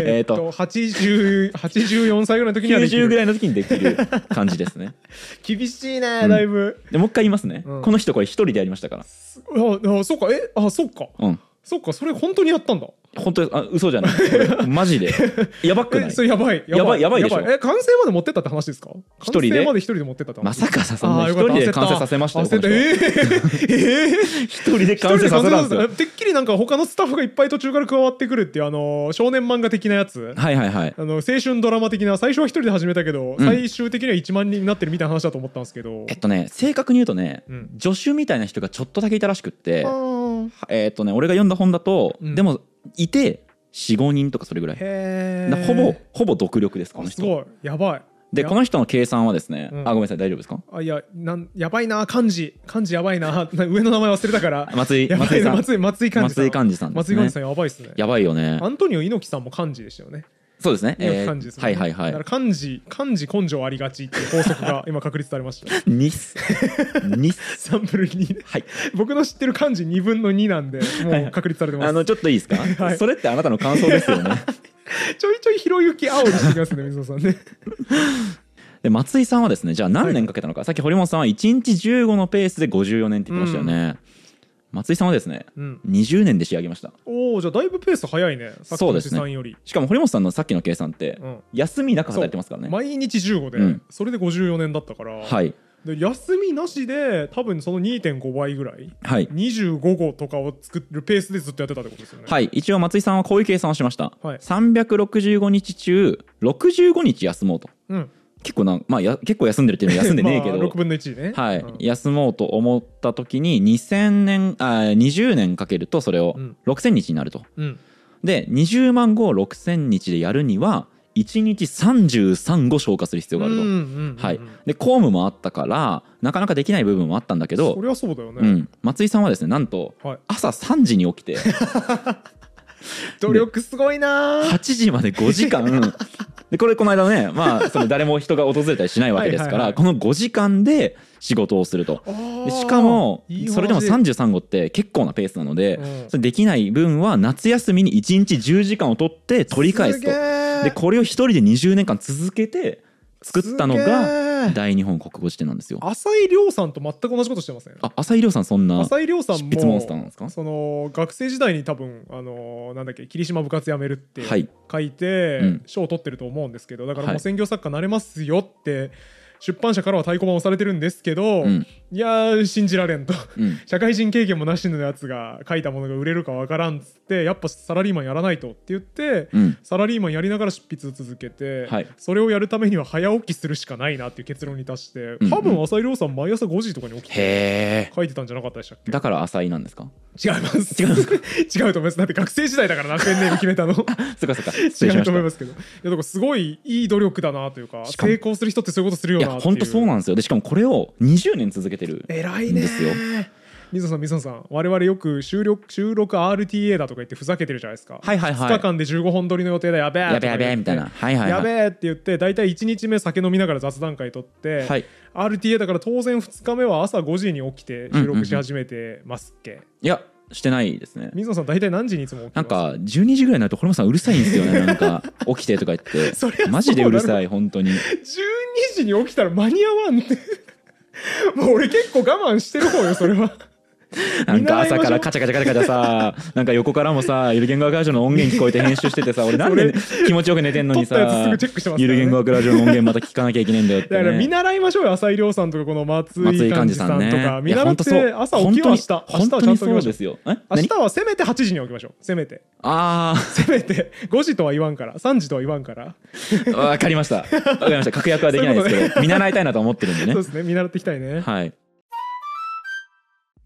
Speaker 1: え
Speaker 2: え
Speaker 1: っ
Speaker 2: ー
Speaker 1: と、
Speaker 2: と
Speaker 1: 80 84歳ぐらいの時にはでき
Speaker 2: 90ぐ
Speaker 1: る。
Speaker 2: らいの時にできる感じで すね
Speaker 1: 厳しい
Speaker 2: うん
Speaker 1: ね、だいぶ。
Speaker 2: でもう一回言いますね、
Speaker 1: うん
Speaker 2: この人これ一人でやりましたから
Speaker 1: あ、あそうか、え、あ、そうか。
Speaker 2: うん
Speaker 1: そっかそれ本当にやったんだ
Speaker 2: 本当にあ嘘じゃ ないこれマジでやばくな
Speaker 1: え
Speaker 2: い
Speaker 1: それやばい
Speaker 2: やばいやばいでしょ
Speaker 1: え完成まで持ってったって話ですか
Speaker 2: 一人で
Speaker 1: 完成まで一人で持ってったって話
Speaker 2: まさかさそん
Speaker 1: あ
Speaker 2: な
Speaker 1: ー
Speaker 2: 一
Speaker 1: よかった
Speaker 2: 人で完成させましたよ
Speaker 1: 焦った
Speaker 2: この人
Speaker 1: えーえー
Speaker 2: 一人で完成させたんですよ
Speaker 1: てっきりなんか他のスタッフがいっぱい途中から加わってくるっていうあの少年漫画的なやつ
Speaker 2: はいはいはい
Speaker 1: あの青春ドラマ的な最初は一人で始めたけど、
Speaker 2: うん
Speaker 1: 最終的には1万人になってるみたいな話だと思ったんですけど
Speaker 2: えっとね正確に言うとね、
Speaker 1: うん
Speaker 2: 助手みたいな人がちょっとだけいたらしくって
Speaker 1: あー
Speaker 2: えっとね俺が読んだ本だと、
Speaker 1: うん
Speaker 2: でもいて45人とかそれぐらい
Speaker 1: へ
Speaker 2: だ
Speaker 1: え
Speaker 2: ほぼほぼ独力ですこの
Speaker 1: す
Speaker 2: 人
Speaker 1: ごいやばい
Speaker 2: で
Speaker 1: や
Speaker 2: この人の計算はですね、
Speaker 1: うん
Speaker 2: あごめんなさい大丈夫ですか
Speaker 1: あいやなんやばいな漢字漢字やばいな 上の名前忘れたから
Speaker 2: 松 井
Speaker 1: やば
Speaker 2: 松井
Speaker 1: い
Speaker 2: さ
Speaker 1: なん松井松井漢字さん
Speaker 2: 松井寛治さんです
Speaker 1: 松井
Speaker 2: ね
Speaker 1: 漢字さんやばいっすね
Speaker 2: やばいよね
Speaker 1: アントニオ猪木さんも漢字でしたよね
Speaker 2: そうですね、
Speaker 1: 猪木
Speaker 2: え
Speaker 1: 漢字です
Speaker 2: ー
Speaker 1: もん
Speaker 2: は
Speaker 1: ね
Speaker 2: いはいは
Speaker 1: だから
Speaker 2: い
Speaker 1: 漢字漢字根性ありがちっていう法則が今確立されました
Speaker 2: ニスニス
Speaker 1: サンプルに
Speaker 2: はい
Speaker 1: 僕の知ってる漢字2分の2なんでもう確立されてます
Speaker 2: あのちょっといいですか、
Speaker 1: はい
Speaker 2: それってあなたの感想です よね
Speaker 1: ちょいちょいひろゆき煽りしてきますね水野さんね
Speaker 2: で松井さんはですねじゃあ何年かけたのか、さっき堀本さんは1日15のペースで54年って言ってましたよね、松井さんはですね
Speaker 1: うん
Speaker 2: 20年で仕上げました
Speaker 1: おおじゃあだいぶペース早いねさっき
Speaker 2: そう
Speaker 1: の
Speaker 2: です
Speaker 1: 資
Speaker 2: ね
Speaker 1: 産より
Speaker 2: しかも堀本さんのさっきの計算って、
Speaker 1: うん
Speaker 2: 休みなく働いてますからね
Speaker 1: 毎日15で、
Speaker 2: うん
Speaker 1: それで54年だったから、
Speaker 2: はい
Speaker 1: で休みなしで多分その2.5倍ぐらい
Speaker 2: はい、
Speaker 1: 25号とかを作るペースでずっとやってたってことですよね
Speaker 2: はい、一応松井さんはこういう計算をしました、
Speaker 1: はい
Speaker 2: 365日中65日休もうと
Speaker 1: うん
Speaker 2: 結構な、まあ、や結構休んでるっていうのは休んでねえけ ど、
Speaker 1: まあ、6分の1ね
Speaker 2: はい、
Speaker 1: うん
Speaker 2: 休もうと思った時に2000年あー20年かけるとそれを
Speaker 1: うん
Speaker 2: 6000日になると、
Speaker 1: うん
Speaker 2: で20万語を6000日でやるには1日33語消化する必要があると、
Speaker 1: うんうんうんうん
Speaker 2: はいで公務もあったからなかなかできない部分もあったんだけ
Speaker 1: そ
Speaker 2: ど、
Speaker 1: りゃそうだよね、
Speaker 2: うん、松井さんはですねなんと
Speaker 1: はい、
Speaker 2: 朝3時に 起きて
Speaker 1: 努力すごいなー
Speaker 2: 8時まで5時間でこれこの間ね、まあ、その誰も人が訪れたりしないわけです
Speaker 1: は
Speaker 2: から
Speaker 1: いはいはい
Speaker 2: この5時間で仕事をすると。
Speaker 1: あー
Speaker 2: でしかも
Speaker 1: いい話
Speaker 2: それでも33号って結構なペースなので、
Speaker 1: うん
Speaker 2: それできない分は夏休みに1日10時間を取って取り返すと
Speaker 1: げー
Speaker 2: でこれを一人で20年間続けて作ったのが
Speaker 1: すげー
Speaker 2: 大日本国語辞典なんですよあ
Speaker 1: 浅井亮さんと全く同じことしてません
Speaker 2: 浅井亮さんそんな
Speaker 1: 浅井亮さん
Speaker 2: 執
Speaker 1: も
Speaker 2: 筆モンスターなんですか
Speaker 1: その学生時代に多分あのなんだっけ霧島部活やめるって
Speaker 2: はい
Speaker 1: 書いて
Speaker 2: うん
Speaker 1: 賞、を取ってると思うんですけどだから
Speaker 2: は
Speaker 1: もう
Speaker 2: い
Speaker 1: 専業作家なれますよって出版社からは太鼓判をされてるんですけど、
Speaker 2: うん
Speaker 1: いやー信じられんと
Speaker 2: うん
Speaker 1: 社会人経験もなしのやつが書いたものが売れるかわからんっつってやっぱサラリーマンやらないとって言って、
Speaker 2: うん
Speaker 1: サラリーマンやりながら執筆を続けて、
Speaker 2: はい
Speaker 1: それをやるためには早起きするしかないなっていう結論に達して
Speaker 2: うん
Speaker 1: 多分浅井亮さん毎朝5時とかに起きて
Speaker 2: へえ
Speaker 1: 書いてたんじゃなかったでしたっけ
Speaker 2: だから浅井なんですか
Speaker 1: 違います。違うと思います。だって学生時代だからな、ペンネーム決めたの。
Speaker 2: そっかそっか失
Speaker 1: 違
Speaker 2: 礼し
Speaker 1: う
Speaker 2: ま
Speaker 1: と思い
Speaker 2: し
Speaker 1: ますけど。いや、だからすごいいい努力だなというか、
Speaker 2: しかも
Speaker 1: 成功する人ってそういうことする
Speaker 2: た
Speaker 1: よな
Speaker 2: い
Speaker 1: っ
Speaker 2: や
Speaker 1: ていう。
Speaker 2: 本当そうなんですよでしかもこれを20年続けてる
Speaker 1: 偉い
Speaker 2: ん
Speaker 1: ね。
Speaker 2: ですよ
Speaker 1: 水野さん、水野さん、我々よく収録収録 RTA だとか言ってふざけてるじゃないですか。
Speaker 2: はいはいはい
Speaker 1: 2日間で15本撮りの予定だ、やべえ
Speaker 2: やべえやべえみたいな。はいはい
Speaker 1: やべ
Speaker 2: はい
Speaker 1: えって言って、大体1日目酒飲みながら雑談会撮って、
Speaker 2: はい
Speaker 1: RTA だから当然2日目は朝5時に起きて収録し始めてますっけ。
Speaker 2: いやしてないですね
Speaker 1: 水野さん、大体何時にいつも起きて
Speaker 2: な
Speaker 1: ま
Speaker 2: ん
Speaker 1: す
Speaker 2: か12時ぐらいになると堀本さんうるさいんですよね なんか起きてとか言って
Speaker 1: そりゃそうだろ
Speaker 2: マジでうるさい本当に
Speaker 1: 12時に起きたら間に合わんって もう俺結構我慢してる方よそれは
Speaker 2: なんか
Speaker 1: 見習いましょ
Speaker 2: 朝
Speaker 1: う
Speaker 2: からカチャカチャカチャカチャさなんか横からもさゆる言語学ラジオの音源聞こえて編集しててさ俺なんで気持ちよく寝てんのにさ
Speaker 1: 撮ったやつすぐチェックしてますか
Speaker 2: ゆ
Speaker 1: らね
Speaker 2: る言語学ラジオの音源また聞かなきゃいけないんだよって、
Speaker 1: だから見
Speaker 2: ね
Speaker 1: 習いましょうよ浅井亮さんとかこの松
Speaker 2: 松
Speaker 1: 井寛
Speaker 2: 井寛
Speaker 1: 治
Speaker 2: 治
Speaker 1: さ
Speaker 2: さ
Speaker 1: んと
Speaker 2: ん
Speaker 1: か
Speaker 2: ね
Speaker 1: 見習って朝起きよう明日明
Speaker 2: 本
Speaker 1: 日
Speaker 2: 当
Speaker 1: は
Speaker 2: に
Speaker 1: ちゃんと起き
Speaker 2: そう
Speaker 1: ましょ
Speaker 2: で
Speaker 1: う
Speaker 2: すよえ
Speaker 1: 明
Speaker 2: 何
Speaker 1: 日はせめて8時に起きましょうせめて
Speaker 2: あ
Speaker 1: せめて5時とは言わんから3時とは言わんから
Speaker 2: あわかりましたわかりました確約はできないです
Speaker 1: そうい
Speaker 2: け
Speaker 1: う
Speaker 2: ど見習いたいなと思ってるんでね
Speaker 1: そうですね見習っていきたいね
Speaker 2: はい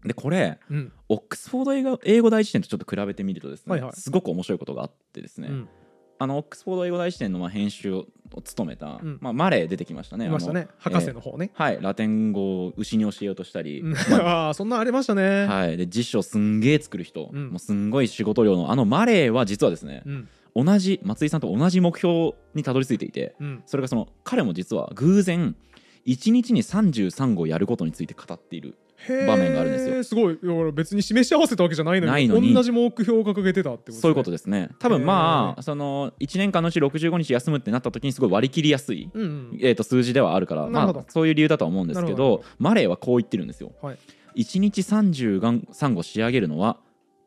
Speaker 2: でこれ
Speaker 1: うん
Speaker 2: オックスフォード英語英語大辞典とちょっと比べてみるとですね、
Speaker 1: はいはい
Speaker 2: すごく面白いことがあってですね、
Speaker 1: うん
Speaker 2: あのオックスフォード英語大辞典のまあ編集を務めた、
Speaker 1: うん
Speaker 2: まあ、マレー出てきましたね。
Speaker 1: いましたね
Speaker 2: あの
Speaker 1: 博士の方ね
Speaker 2: えーはいラテン語を牛に教えようとしたり、
Speaker 1: うん
Speaker 2: まあ
Speaker 1: ああそんなありましたね
Speaker 2: はい、で辞書すんげえ作る人、
Speaker 1: うん
Speaker 2: もうすんごい仕事量のあのマレーは実はですね、
Speaker 1: うん
Speaker 2: 同じ松井さんと同じ目標にたどり着いていて
Speaker 1: うん
Speaker 2: それがその彼も実は偶然1日に33語やることについて語っている
Speaker 1: へー
Speaker 2: 場面があるんですよ
Speaker 1: すごいいや俺別に示し合わせたわけじゃないのに
Speaker 2: ないのに
Speaker 1: 同じ目標を掲げてたってことね
Speaker 2: そういうことですね多分まあその1年間のうち65日休むってなった時にすごい割り切りやすい、
Speaker 1: うんうん
Speaker 2: えー、と数字ではあるから
Speaker 1: なるほど
Speaker 2: まあ、そういう理由だとは思うんですけど
Speaker 1: なるほど
Speaker 2: マレーはこう言ってるんですよ、
Speaker 1: はい
Speaker 2: 一1日33号仕上げるのは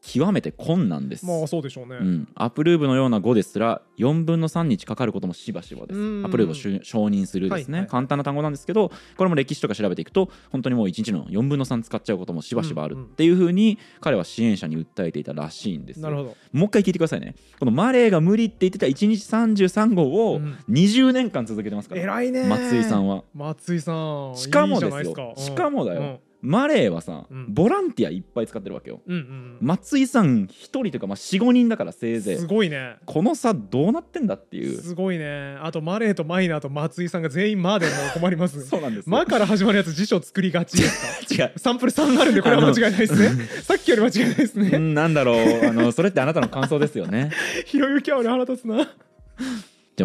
Speaker 2: 極めて困難です、
Speaker 1: まあそうでしょうね、
Speaker 2: うん、アプルーブのような語ですら4分の3日かかることもしばしばで
Speaker 1: う
Speaker 2: す
Speaker 1: ん
Speaker 2: アプルーブを承承認するですね、
Speaker 1: はいはい
Speaker 2: 簡単な単語なんですけどこれも歴史とか調べていくと本当にもう1日の4分の3使っちゃうこともしばしばある
Speaker 1: うんうん
Speaker 2: っていうふうに彼は支援者に訴えていたらしいんですよ
Speaker 1: なるほど
Speaker 2: もう一回聞いてくださいねこのマレーが無理って言ってた1日33号
Speaker 1: う
Speaker 2: を
Speaker 1: ん
Speaker 2: 20年間続けてますから、
Speaker 1: 偉いね
Speaker 2: 松井さんは
Speaker 1: 松井さん
Speaker 2: しかもですよ
Speaker 1: いいじゃないす
Speaker 2: しかもだよマレーはさ、
Speaker 1: うん
Speaker 2: ボランティアいっぱい使ってるわけよ
Speaker 1: うんうんうん
Speaker 2: 松井さん1人というか、まあ、45人だからせいぜい
Speaker 1: すごいね
Speaker 2: この差どうなってんだっていう
Speaker 1: すごいねあとマレーとマイナーと松井さんが全員「マ」でもう困ります
Speaker 2: そうなんですよ
Speaker 1: マから始まるやつ辞書作りがちですか
Speaker 2: 違 う
Speaker 1: サンプル3あるんでこれは間違いないです ねさっきより間違いないです
Speaker 2: う
Speaker 1: ね
Speaker 2: んなんだろうあのそれってあなたの感想です よね
Speaker 1: ひろゆきは俺腹立つな
Speaker 2: じゃ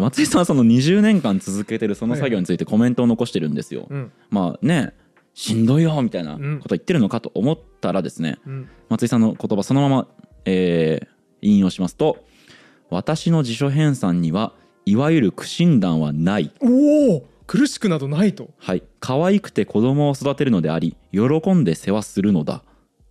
Speaker 2: あ松井さんはその20年間続けてるその作業についてコメントを残してるんですよ、
Speaker 1: うん
Speaker 2: まあねしんどいよみたいなこと言ってるのかと思ったらですね、
Speaker 1: うん
Speaker 2: 松井さんの言葉そのまま、えー引用しますと「私の辞書編纂にはいわゆる苦心談はない」
Speaker 1: おお苦しくなどないと
Speaker 2: はい「可愛くて子供を育てるのであり喜んで世話するのだ」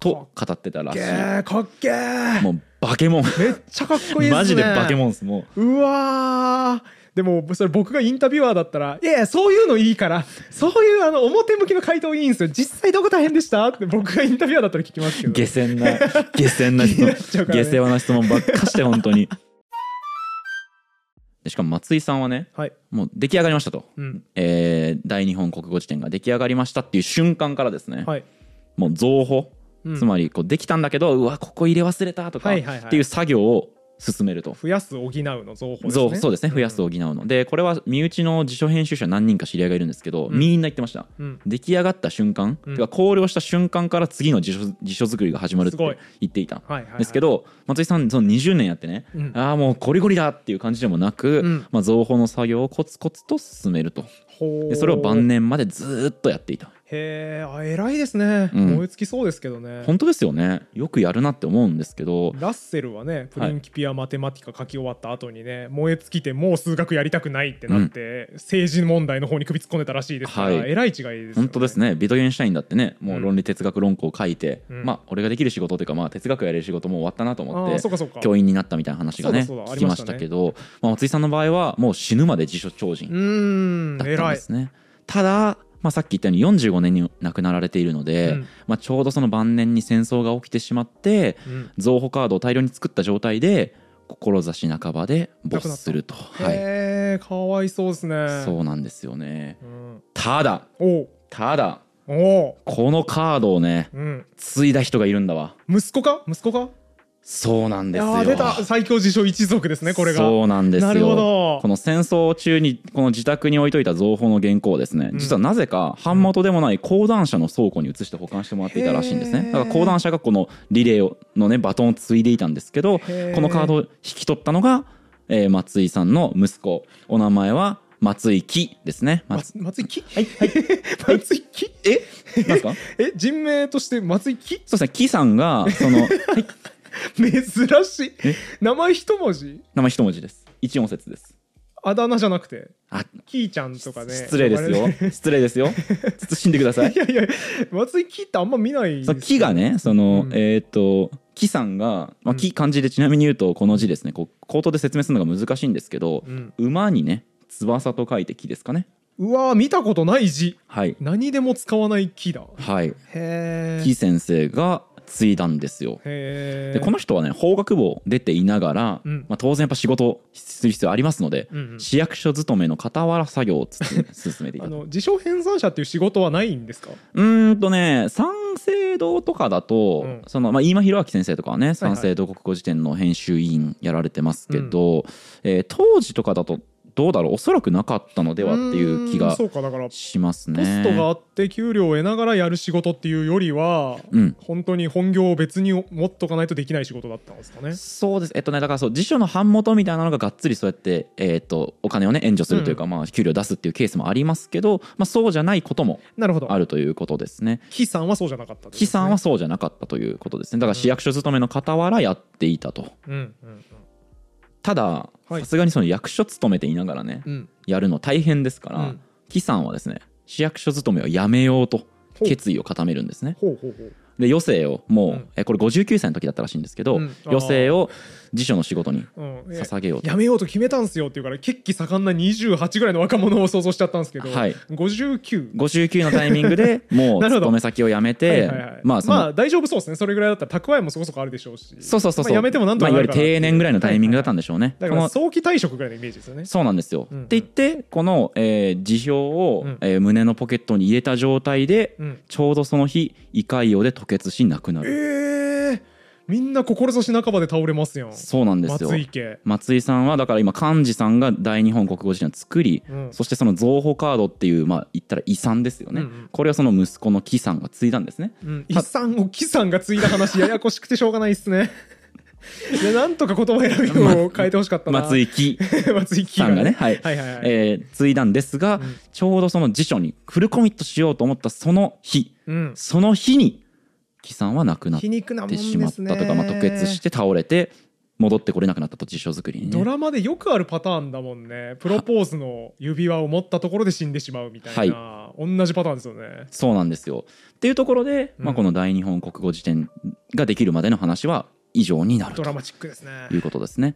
Speaker 2: と語ってたらし
Speaker 1: げ
Speaker 2: い
Speaker 1: ーかっけー
Speaker 2: もうバケモン
Speaker 1: めっちゃかっこいいですね
Speaker 2: マジでバケモンですもう
Speaker 1: うわーでもそれ僕がインタビュアーだったら「いやいやそういうのいいから そういうあの表向きの回答いいんですよ実際どこ大変でした?」って 僕がインタビュアーだったら聞きますけど
Speaker 2: 下船 な下船な質
Speaker 1: 気に
Speaker 2: 問
Speaker 1: なっちゃうからね
Speaker 2: 下世話な質問ばっかして本当にでしかも松井さんはね
Speaker 1: はい、
Speaker 2: もう出来上がりましたと、
Speaker 1: うん
Speaker 2: えー大日本国語辞典が出来上がりましたっていう瞬間からですね、
Speaker 1: はい、
Speaker 2: もう造歩、
Speaker 1: うん
Speaker 2: つまりこうできたんだけどうわここ入れ忘れたとか
Speaker 1: は
Speaker 2: っ
Speaker 1: いはいはい
Speaker 2: ていう作業を進めると、
Speaker 1: 増やす補うの造法です
Speaker 2: 増
Speaker 1: ね
Speaker 2: そうですね増やすを補うの、でこれは身内の辞書編集者何人か知り合いがいるんですけど、みんな言ってました、
Speaker 1: うん
Speaker 2: 出来上がった瞬間、
Speaker 1: うん
Speaker 2: てか考慮した瞬間から次の辞書辞書作りが始まるっ
Speaker 1: すごい
Speaker 2: て言っていた
Speaker 1: はいはいはい
Speaker 2: ですけど松井さんその20年やってね、
Speaker 1: うん
Speaker 2: ああもうゴリゴリだっていう感じでもなく、
Speaker 1: うん
Speaker 2: まあ、造法の作業をコツコツと進めると
Speaker 1: ほー
Speaker 2: でそれを晩年までずーっとやっていた
Speaker 1: へえあ偉いですね、
Speaker 2: うん
Speaker 1: 燃え尽きそうですけどね
Speaker 2: 本当ですよねよくやるなって思うんですけど
Speaker 1: ラッセルはねプリンキピア・マテマティカ書き終わった後にね、燃え尽きてもう数学やりたくないってなって、政治問題の方に首突っ込んでたらしいですから、
Speaker 2: はい
Speaker 1: 偉い違いですよね
Speaker 2: 本当ですねビトゲンシュタインだってねもう論理哲学論考を書いて、
Speaker 1: うん
Speaker 2: まあ俺ができる仕事というかまあ哲学やれる仕事も終わったなと思っ
Speaker 1: あ
Speaker 2: て
Speaker 1: ーそうかそうか
Speaker 2: 教員になったみたいな話がね
Speaker 1: そうだそうだ
Speaker 2: 聞きましたけど、まあ、松井さんの場合はもう死ぬまで辞書超
Speaker 1: う
Speaker 2: 人
Speaker 1: ーん
Speaker 2: だったん
Speaker 1: 偉
Speaker 2: で
Speaker 1: い
Speaker 2: すね。ただまあ、さっき言ったように45年に亡くなられているので、
Speaker 1: うん
Speaker 2: まあ、ちょうどその晩年に戦争が起きてしまって
Speaker 1: うん
Speaker 2: 造歩カードを大量に作った状態で志半ばで没すると、はい、
Speaker 1: へえかわいそうですね
Speaker 2: そうなんですよね
Speaker 1: うん、
Speaker 2: ただ
Speaker 1: おう
Speaker 2: ただ
Speaker 1: おう、
Speaker 2: このカードをね
Speaker 1: うん、
Speaker 2: 継いだ人がいるんだわ
Speaker 1: 息子か息子か
Speaker 2: そうなんです
Speaker 1: い
Speaker 2: よ
Speaker 1: やー出た最強自称一族ですねこれが
Speaker 2: そうなんですよ
Speaker 1: なるほど
Speaker 2: この戦争中にこの自宅に置いといた造法の原稿をですね、
Speaker 1: うん
Speaker 2: 実はなぜか版元でもない講談社の倉庫に移して保管してもらっていたらしいんです
Speaker 1: へ
Speaker 2: ね
Speaker 1: ー
Speaker 2: だから講談社がこのリレーをのねバトンを継いでいたんですけど
Speaker 1: へー
Speaker 2: このカードを引き取ったのが、えー松井さんの息子お名前は松井木ですね松
Speaker 1: 松松井木
Speaker 2: はいはい
Speaker 1: 松井木
Speaker 2: えなんですかそう
Speaker 1: え人名として松井木
Speaker 2: ですね木さんが そのはい
Speaker 1: 珍しい
Speaker 2: え
Speaker 1: 名前一文字
Speaker 2: 名前一文字です一音節です
Speaker 1: あだ名じゃなくて
Speaker 2: あ
Speaker 1: キーちゃんとかね
Speaker 2: 失礼ですよ失 礼ですよ慎んでください
Speaker 1: いやいや松井木ってあんま見ないです
Speaker 2: その木がねその、
Speaker 1: うん
Speaker 2: えっ、と木さんが、まあ、木漢字でちなみに言うとこの字ですねこう口頭で説明するのが難しいんですけど、
Speaker 1: うん
Speaker 2: 馬にね翼と書いて木ですかね
Speaker 1: うわー見たことない字
Speaker 2: はい
Speaker 1: 何でも使わない木だ
Speaker 2: はい
Speaker 1: へ
Speaker 2: 木
Speaker 1: え
Speaker 2: 先生が継いだんですよ
Speaker 1: へえ
Speaker 2: でこの人はね法学部を出ていながら、
Speaker 1: うん
Speaker 2: まあ、当然やっぱ仕事をする必要ありますので、
Speaker 1: うんうん
Speaker 2: 市役所勤めの傍ら作業をつ 進めていた
Speaker 1: あ
Speaker 2: と
Speaker 1: の自称編纂者っていう仕事はないんですか
Speaker 2: うーんとね三省堂とかだと、
Speaker 1: うん
Speaker 2: そのまあ、飯間弘明先生とかはね
Speaker 1: はい
Speaker 2: 三省堂国語辞典の編集委員やられてますけど、えー当時とかだとどうだろうおそらくなかったのではっていう
Speaker 1: ー
Speaker 2: 気
Speaker 1: ん
Speaker 2: が
Speaker 1: そうかだからポ
Speaker 2: しますね。
Speaker 1: ストがあって給料を得ながらやる仕事っていうよりは、
Speaker 2: うん
Speaker 1: 本当に本業を別に持っとかないとできない仕事だったんですかね
Speaker 2: そうですえっとねだからそう辞書の版元みたいなのががっつりそうやって、えー、とお金をね援助するというか、まあ、給料出すっていうケースもありますけど、まあ、そうじゃないことも
Speaker 1: なるほど
Speaker 2: あるということですね。
Speaker 1: 木さんはそうじゃなかったってことですね
Speaker 2: 木さんはそうじゃなかったということですねだから市役所勤めの傍らやっていたと。
Speaker 1: うんうん
Speaker 2: ただ
Speaker 1: はい
Speaker 2: さすがにその役所勤めていながらね、
Speaker 1: うんうん
Speaker 2: やるの大変ですから、
Speaker 1: うん
Speaker 2: 木さんはですね市役所勤めをやめようと
Speaker 1: ほう
Speaker 2: 決意を固めるんですね
Speaker 1: ほうほうほう
Speaker 2: で余生をもう、
Speaker 1: うん
Speaker 2: えこれ59歳の時だったらしいんですけど、
Speaker 1: うん
Speaker 2: 余生を辞書の仕事に
Speaker 1: うんえ
Speaker 2: 捧げようと
Speaker 1: やめようと決めたんすよっていうから血気盛んな28ぐらいの若者を想像しちゃったんですけど、
Speaker 2: はい
Speaker 1: 59
Speaker 2: 59のタイミングでも う
Speaker 1: なるほど
Speaker 2: 勤め先を辞め
Speaker 1: はい
Speaker 2: て
Speaker 1: はいはい
Speaker 2: まあその、
Speaker 1: まあ大丈夫そうですねそれぐらいだったら蓄えもそこそこあるでしょうし
Speaker 2: そうそうそうそう、
Speaker 1: まあやめてもなんとか
Speaker 2: まあ
Speaker 1: ないる
Speaker 2: わ
Speaker 1: か
Speaker 2: ゆ
Speaker 1: な
Speaker 2: る定年ぐらいのタイミングだったんでしょうね、
Speaker 1: だか
Speaker 2: こ
Speaker 1: ら
Speaker 2: の
Speaker 1: 早期退職ぐらいのイメージですよね
Speaker 2: そうなんですよ、
Speaker 1: うんうん
Speaker 2: って言ってこの、えー辞表を、
Speaker 1: うん
Speaker 2: えー胸のポケットに入れた状態で、
Speaker 1: うん
Speaker 2: ちょうどその日胃潰瘍で吐血し亡くな
Speaker 1: え
Speaker 2: る、
Speaker 1: ー、みんな志半ばで倒れますやん
Speaker 2: そうなんですよ
Speaker 1: 松井家
Speaker 2: 松井さんはだから今幹事さんが大日本国語辞典を作り、
Speaker 1: うん
Speaker 2: そしてその贈保カードっていうまあ言ったら遺産ですよね、
Speaker 1: うんうん
Speaker 2: これをその息子の紀さんが継いだんですね
Speaker 1: うん、遺産を紀さんが継いだ話ややこしくてしょうがないっす ねいやなんとか言葉選びを変えてほしかったな
Speaker 2: 松井紀
Speaker 1: 松井紀
Speaker 2: さんがね、はい
Speaker 1: はいはいはい、
Speaker 2: えー継いだんですが、
Speaker 1: ん
Speaker 2: ちょうどその辞書にフルコミットしようと思ったその日
Speaker 1: うん
Speaker 2: その日に紀さんは亡くなっ
Speaker 1: 皮肉なもん
Speaker 2: て
Speaker 1: ですね
Speaker 2: しまったというか、まあ、吐血して倒れて戻ってこれなくなったと辞書作りに、ね、
Speaker 1: ドラマでよくあるパターンだもんねプロポーズの指輪を持ったところで死んでしまうみたいな、同じパターンですよね
Speaker 2: そうなんですよっていうところで、ま
Speaker 1: う
Speaker 2: あ、
Speaker 1: ん
Speaker 2: この大日本国語辞典ができるまでの話は以上になる
Speaker 1: ド
Speaker 2: と
Speaker 1: ラマチックですね
Speaker 2: いうことですね。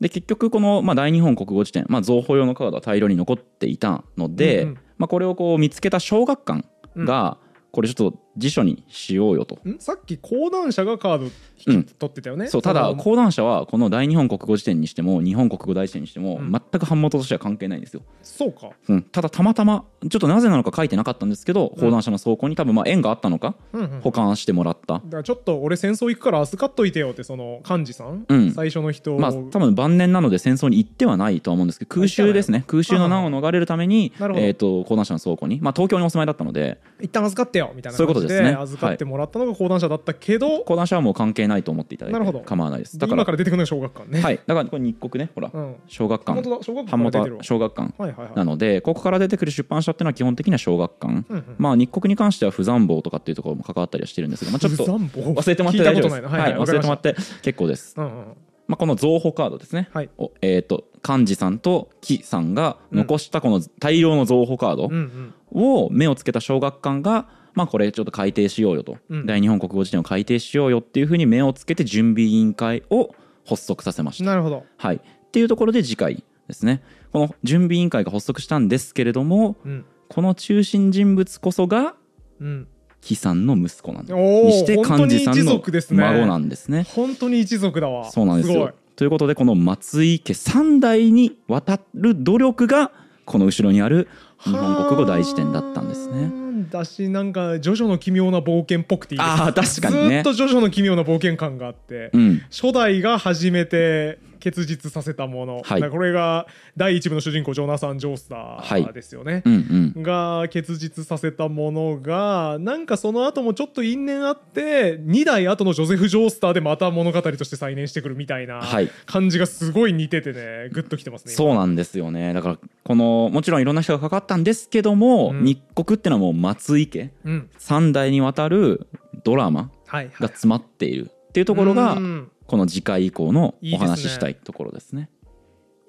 Speaker 2: で結局この、まあ、大日本国語辞典、まあ、贈報用のカードは大量に残っていたので、
Speaker 1: うんうん
Speaker 2: まあ、これをこう見つけた小学館が、これちょっと辞書にしようよと。
Speaker 1: んさっき講談社がカード引き取ってたよね、
Speaker 2: そうただ
Speaker 1: の
Speaker 2: 講談社はこの大日本国語辞典にしても日本国語大辞典にしても
Speaker 1: うん
Speaker 2: 全く版元としては関係ないんですよ、
Speaker 1: そうか
Speaker 2: うん、ただたまたまちょっとなぜなのか書いてなかったんですけど講談社の倉庫に多分まあ縁があったのか
Speaker 1: うんうん
Speaker 2: 保管してもらった
Speaker 1: だからちょっと俺戦争行くから預かっといてよってその幹事さん、
Speaker 2: うん
Speaker 1: 最初の人を、
Speaker 2: まあ多分晩年なので戦争に行ってはないとは思うんですけど空襲ですね空襲の難を逃れるために
Speaker 1: なるほど
Speaker 2: えーと講談社の倉庫にまあ東京にお住まいだったので
Speaker 1: 一旦預かってよみたいな
Speaker 2: そういう
Speaker 1: 感
Speaker 2: こと
Speaker 1: じ
Speaker 2: ですね
Speaker 1: で預かってもらったのが講談社だったけど、
Speaker 2: 講談社はもう関係ないと思っていただい
Speaker 1: なるほど
Speaker 2: て構わないですだか
Speaker 1: 今
Speaker 2: ら
Speaker 1: から出てくるのが小学館ね、
Speaker 2: はいだからこれ日国ねほら
Speaker 1: うん
Speaker 2: 小学
Speaker 1: 本
Speaker 2: 館
Speaker 1: 当だ小学
Speaker 2: 版
Speaker 1: 館
Speaker 2: 元
Speaker 1: から出
Speaker 2: は
Speaker 1: てるわ
Speaker 2: 小学館
Speaker 1: はいはいはい
Speaker 2: なのでここから出てくる出版社っていうのは基本的には小学館
Speaker 1: うんうん
Speaker 2: まあ日国に関しては不残坊とかっていうところも関わったりはしてるんですがまあちょっと
Speaker 1: 不残坊
Speaker 2: 忘れてもらって
Speaker 1: 聞い
Speaker 2: 大
Speaker 1: たこ
Speaker 2: 丈夫
Speaker 1: とな
Speaker 2: で
Speaker 1: い
Speaker 2: す
Speaker 1: な
Speaker 2: はい
Speaker 1: わ
Speaker 2: 忘
Speaker 1: かりました
Speaker 2: れてもらって結構です
Speaker 1: うんうん
Speaker 2: まあ、この贈歩カードですね、
Speaker 1: はい
Speaker 2: おえー、と幹事さんと木さんが残したこの大量の贈歩カード
Speaker 1: うんうん
Speaker 2: を目をつけた小学館が、まあ、これちょっと改定しようよと、
Speaker 1: うん
Speaker 2: 大日本国語辞典を改定しようよっていうふうに目をつけて準備委員会を発足させました。
Speaker 1: なるほど
Speaker 2: はい、っていうところで次回ですねこの準備委員会が発足したんですけれども
Speaker 1: うん
Speaker 2: この中心人物こそが
Speaker 1: うん
Speaker 2: 木さんの息子なんです。
Speaker 1: おー
Speaker 2: にして
Speaker 1: 本当
Speaker 2: 幹
Speaker 1: に
Speaker 2: 事さん
Speaker 1: 一
Speaker 2: の
Speaker 1: 族ですね
Speaker 2: 孫なんですね。
Speaker 1: 本当に一族だわ
Speaker 2: そうなんです
Speaker 1: ご
Speaker 2: よ
Speaker 1: い
Speaker 2: ということでこの松井家3代にわたる努力がこの後ろにある日本国語大辞典だったんです
Speaker 1: は
Speaker 2: ね。
Speaker 1: ーだしなんか「ジョジョの奇妙な冒険」っぽくていいです
Speaker 2: ああ確かに
Speaker 1: ずー
Speaker 2: ね
Speaker 1: っ。と「ジョジョの奇妙な冒険」感があって、
Speaker 2: うん、
Speaker 1: 初代が初めて結実させたもの、
Speaker 2: は
Speaker 1: だ
Speaker 2: い
Speaker 1: からこれが第一部の主人公ジョナサン・ジョースタ
Speaker 2: はい
Speaker 1: ーですよね、
Speaker 2: うんうん
Speaker 1: が結実させたものがなんかその後もちょっと因縁あって2代後のジョゼフ・ジョースターでまた物語として再燃してくるみたいな
Speaker 2: はい
Speaker 1: 感じがすごい似ててねグッときてますね。
Speaker 2: そうなんですよねだからこのもちろんいろんな人がかかったんですけども、
Speaker 1: うん
Speaker 2: 日国ってのはもう松井家
Speaker 1: う、ん
Speaker 2: 3代にわたるドラマ
Speaker 1: はいはい
Speaker 2: が詰まっているっていうところが
Speaker 1: うん
Speaker 2: この次回以降の
Speaker 1: いい
Speaker 2: お
Speaker 1: ですね
Speaker 2: 話ししたいところですね。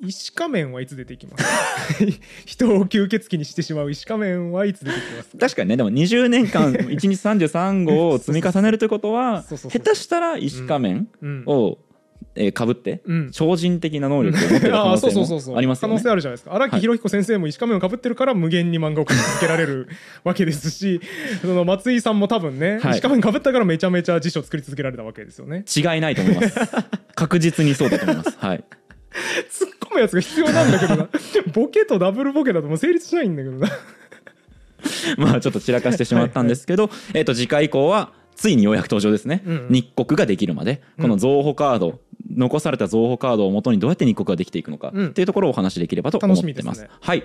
Speaker 1: 石仮面はいつ出てきます か人を吸血鬼にしてしまう石仮面はいつ出てきますか
Speaker 2: 確かにねでも20年間 1日33号を積み重ねるということは
Speaker 1: そうそうそう
Speaker 2: 下手したら石仮面
Speaker 1: うん
Speaker 2: をかぶって
Speaker 1: うん
Speaker 2: 超人的な能力を持ってる可
Speaker 1: あ
Speaker 2: 能
Speaker 1: あそうそうそう
Speaker 2: 性
Speaker 1: そ
Speaker 2: も
Speaker 1: う
Speaker 2: ありますよ
Speaker 1: 可能性
Speaker 2: ね。
Speaker 1: あるじゃないですか荒木宏彦先生も石仮面をかぶってるから無限に漫画を描き続けられるわけですしその松井さんも多分ね、
Speaker 2: はい
Speaker 1: 石仮面かぶったからめちゃめちゃ辞書作り続けられたわけですよね
Speaker 2: 違いないと思 います。確実にそうだと思います。はい。
Speaker 1: 突っ込むやつが必要なんだけどなボケとダブルボケだともう成立しないんだけどな
Speaker 2: まあちょっと散らかしてしまったんですけど、えっと次回以降はついにようやく登場ですね。
Speaker 1: うんうん
Speaker 2: 日国ができるまで、この増補カード、残された増補カードを元にどうやって日国ができていくのか
Speaker 1: うん
Speaker 2: っていうところをお話しできればと思っ
Speaker 1: 楽
Speaker 2: てま。
Speaker 1: しみですすね
Speaker 2: はい。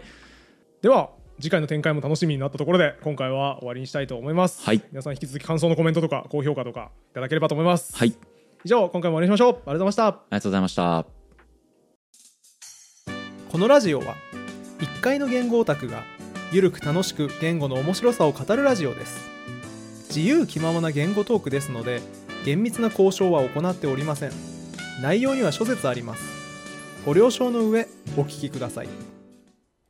Speaker 1: では次回の展開も楽しみになったところで今回は終わりにしたいと思います、
Speaker 2: はい
Speaker 1: 皆さん引き続き感想のコメントとか高評価とかいただければと思います、
Speaker 2: はい。
Speaker 1: 以上今回も終わりにしましょうありがとうございました
Speaker 2: ありがとうございました。
Speaker 1: このラジオは1階の言語オタクがゆるく楽しく言語の面白さを語るラジオです自由気ままな言語トークですので厳密な交渉は行っておりません内容には諸説ありますご了承の上お聞きください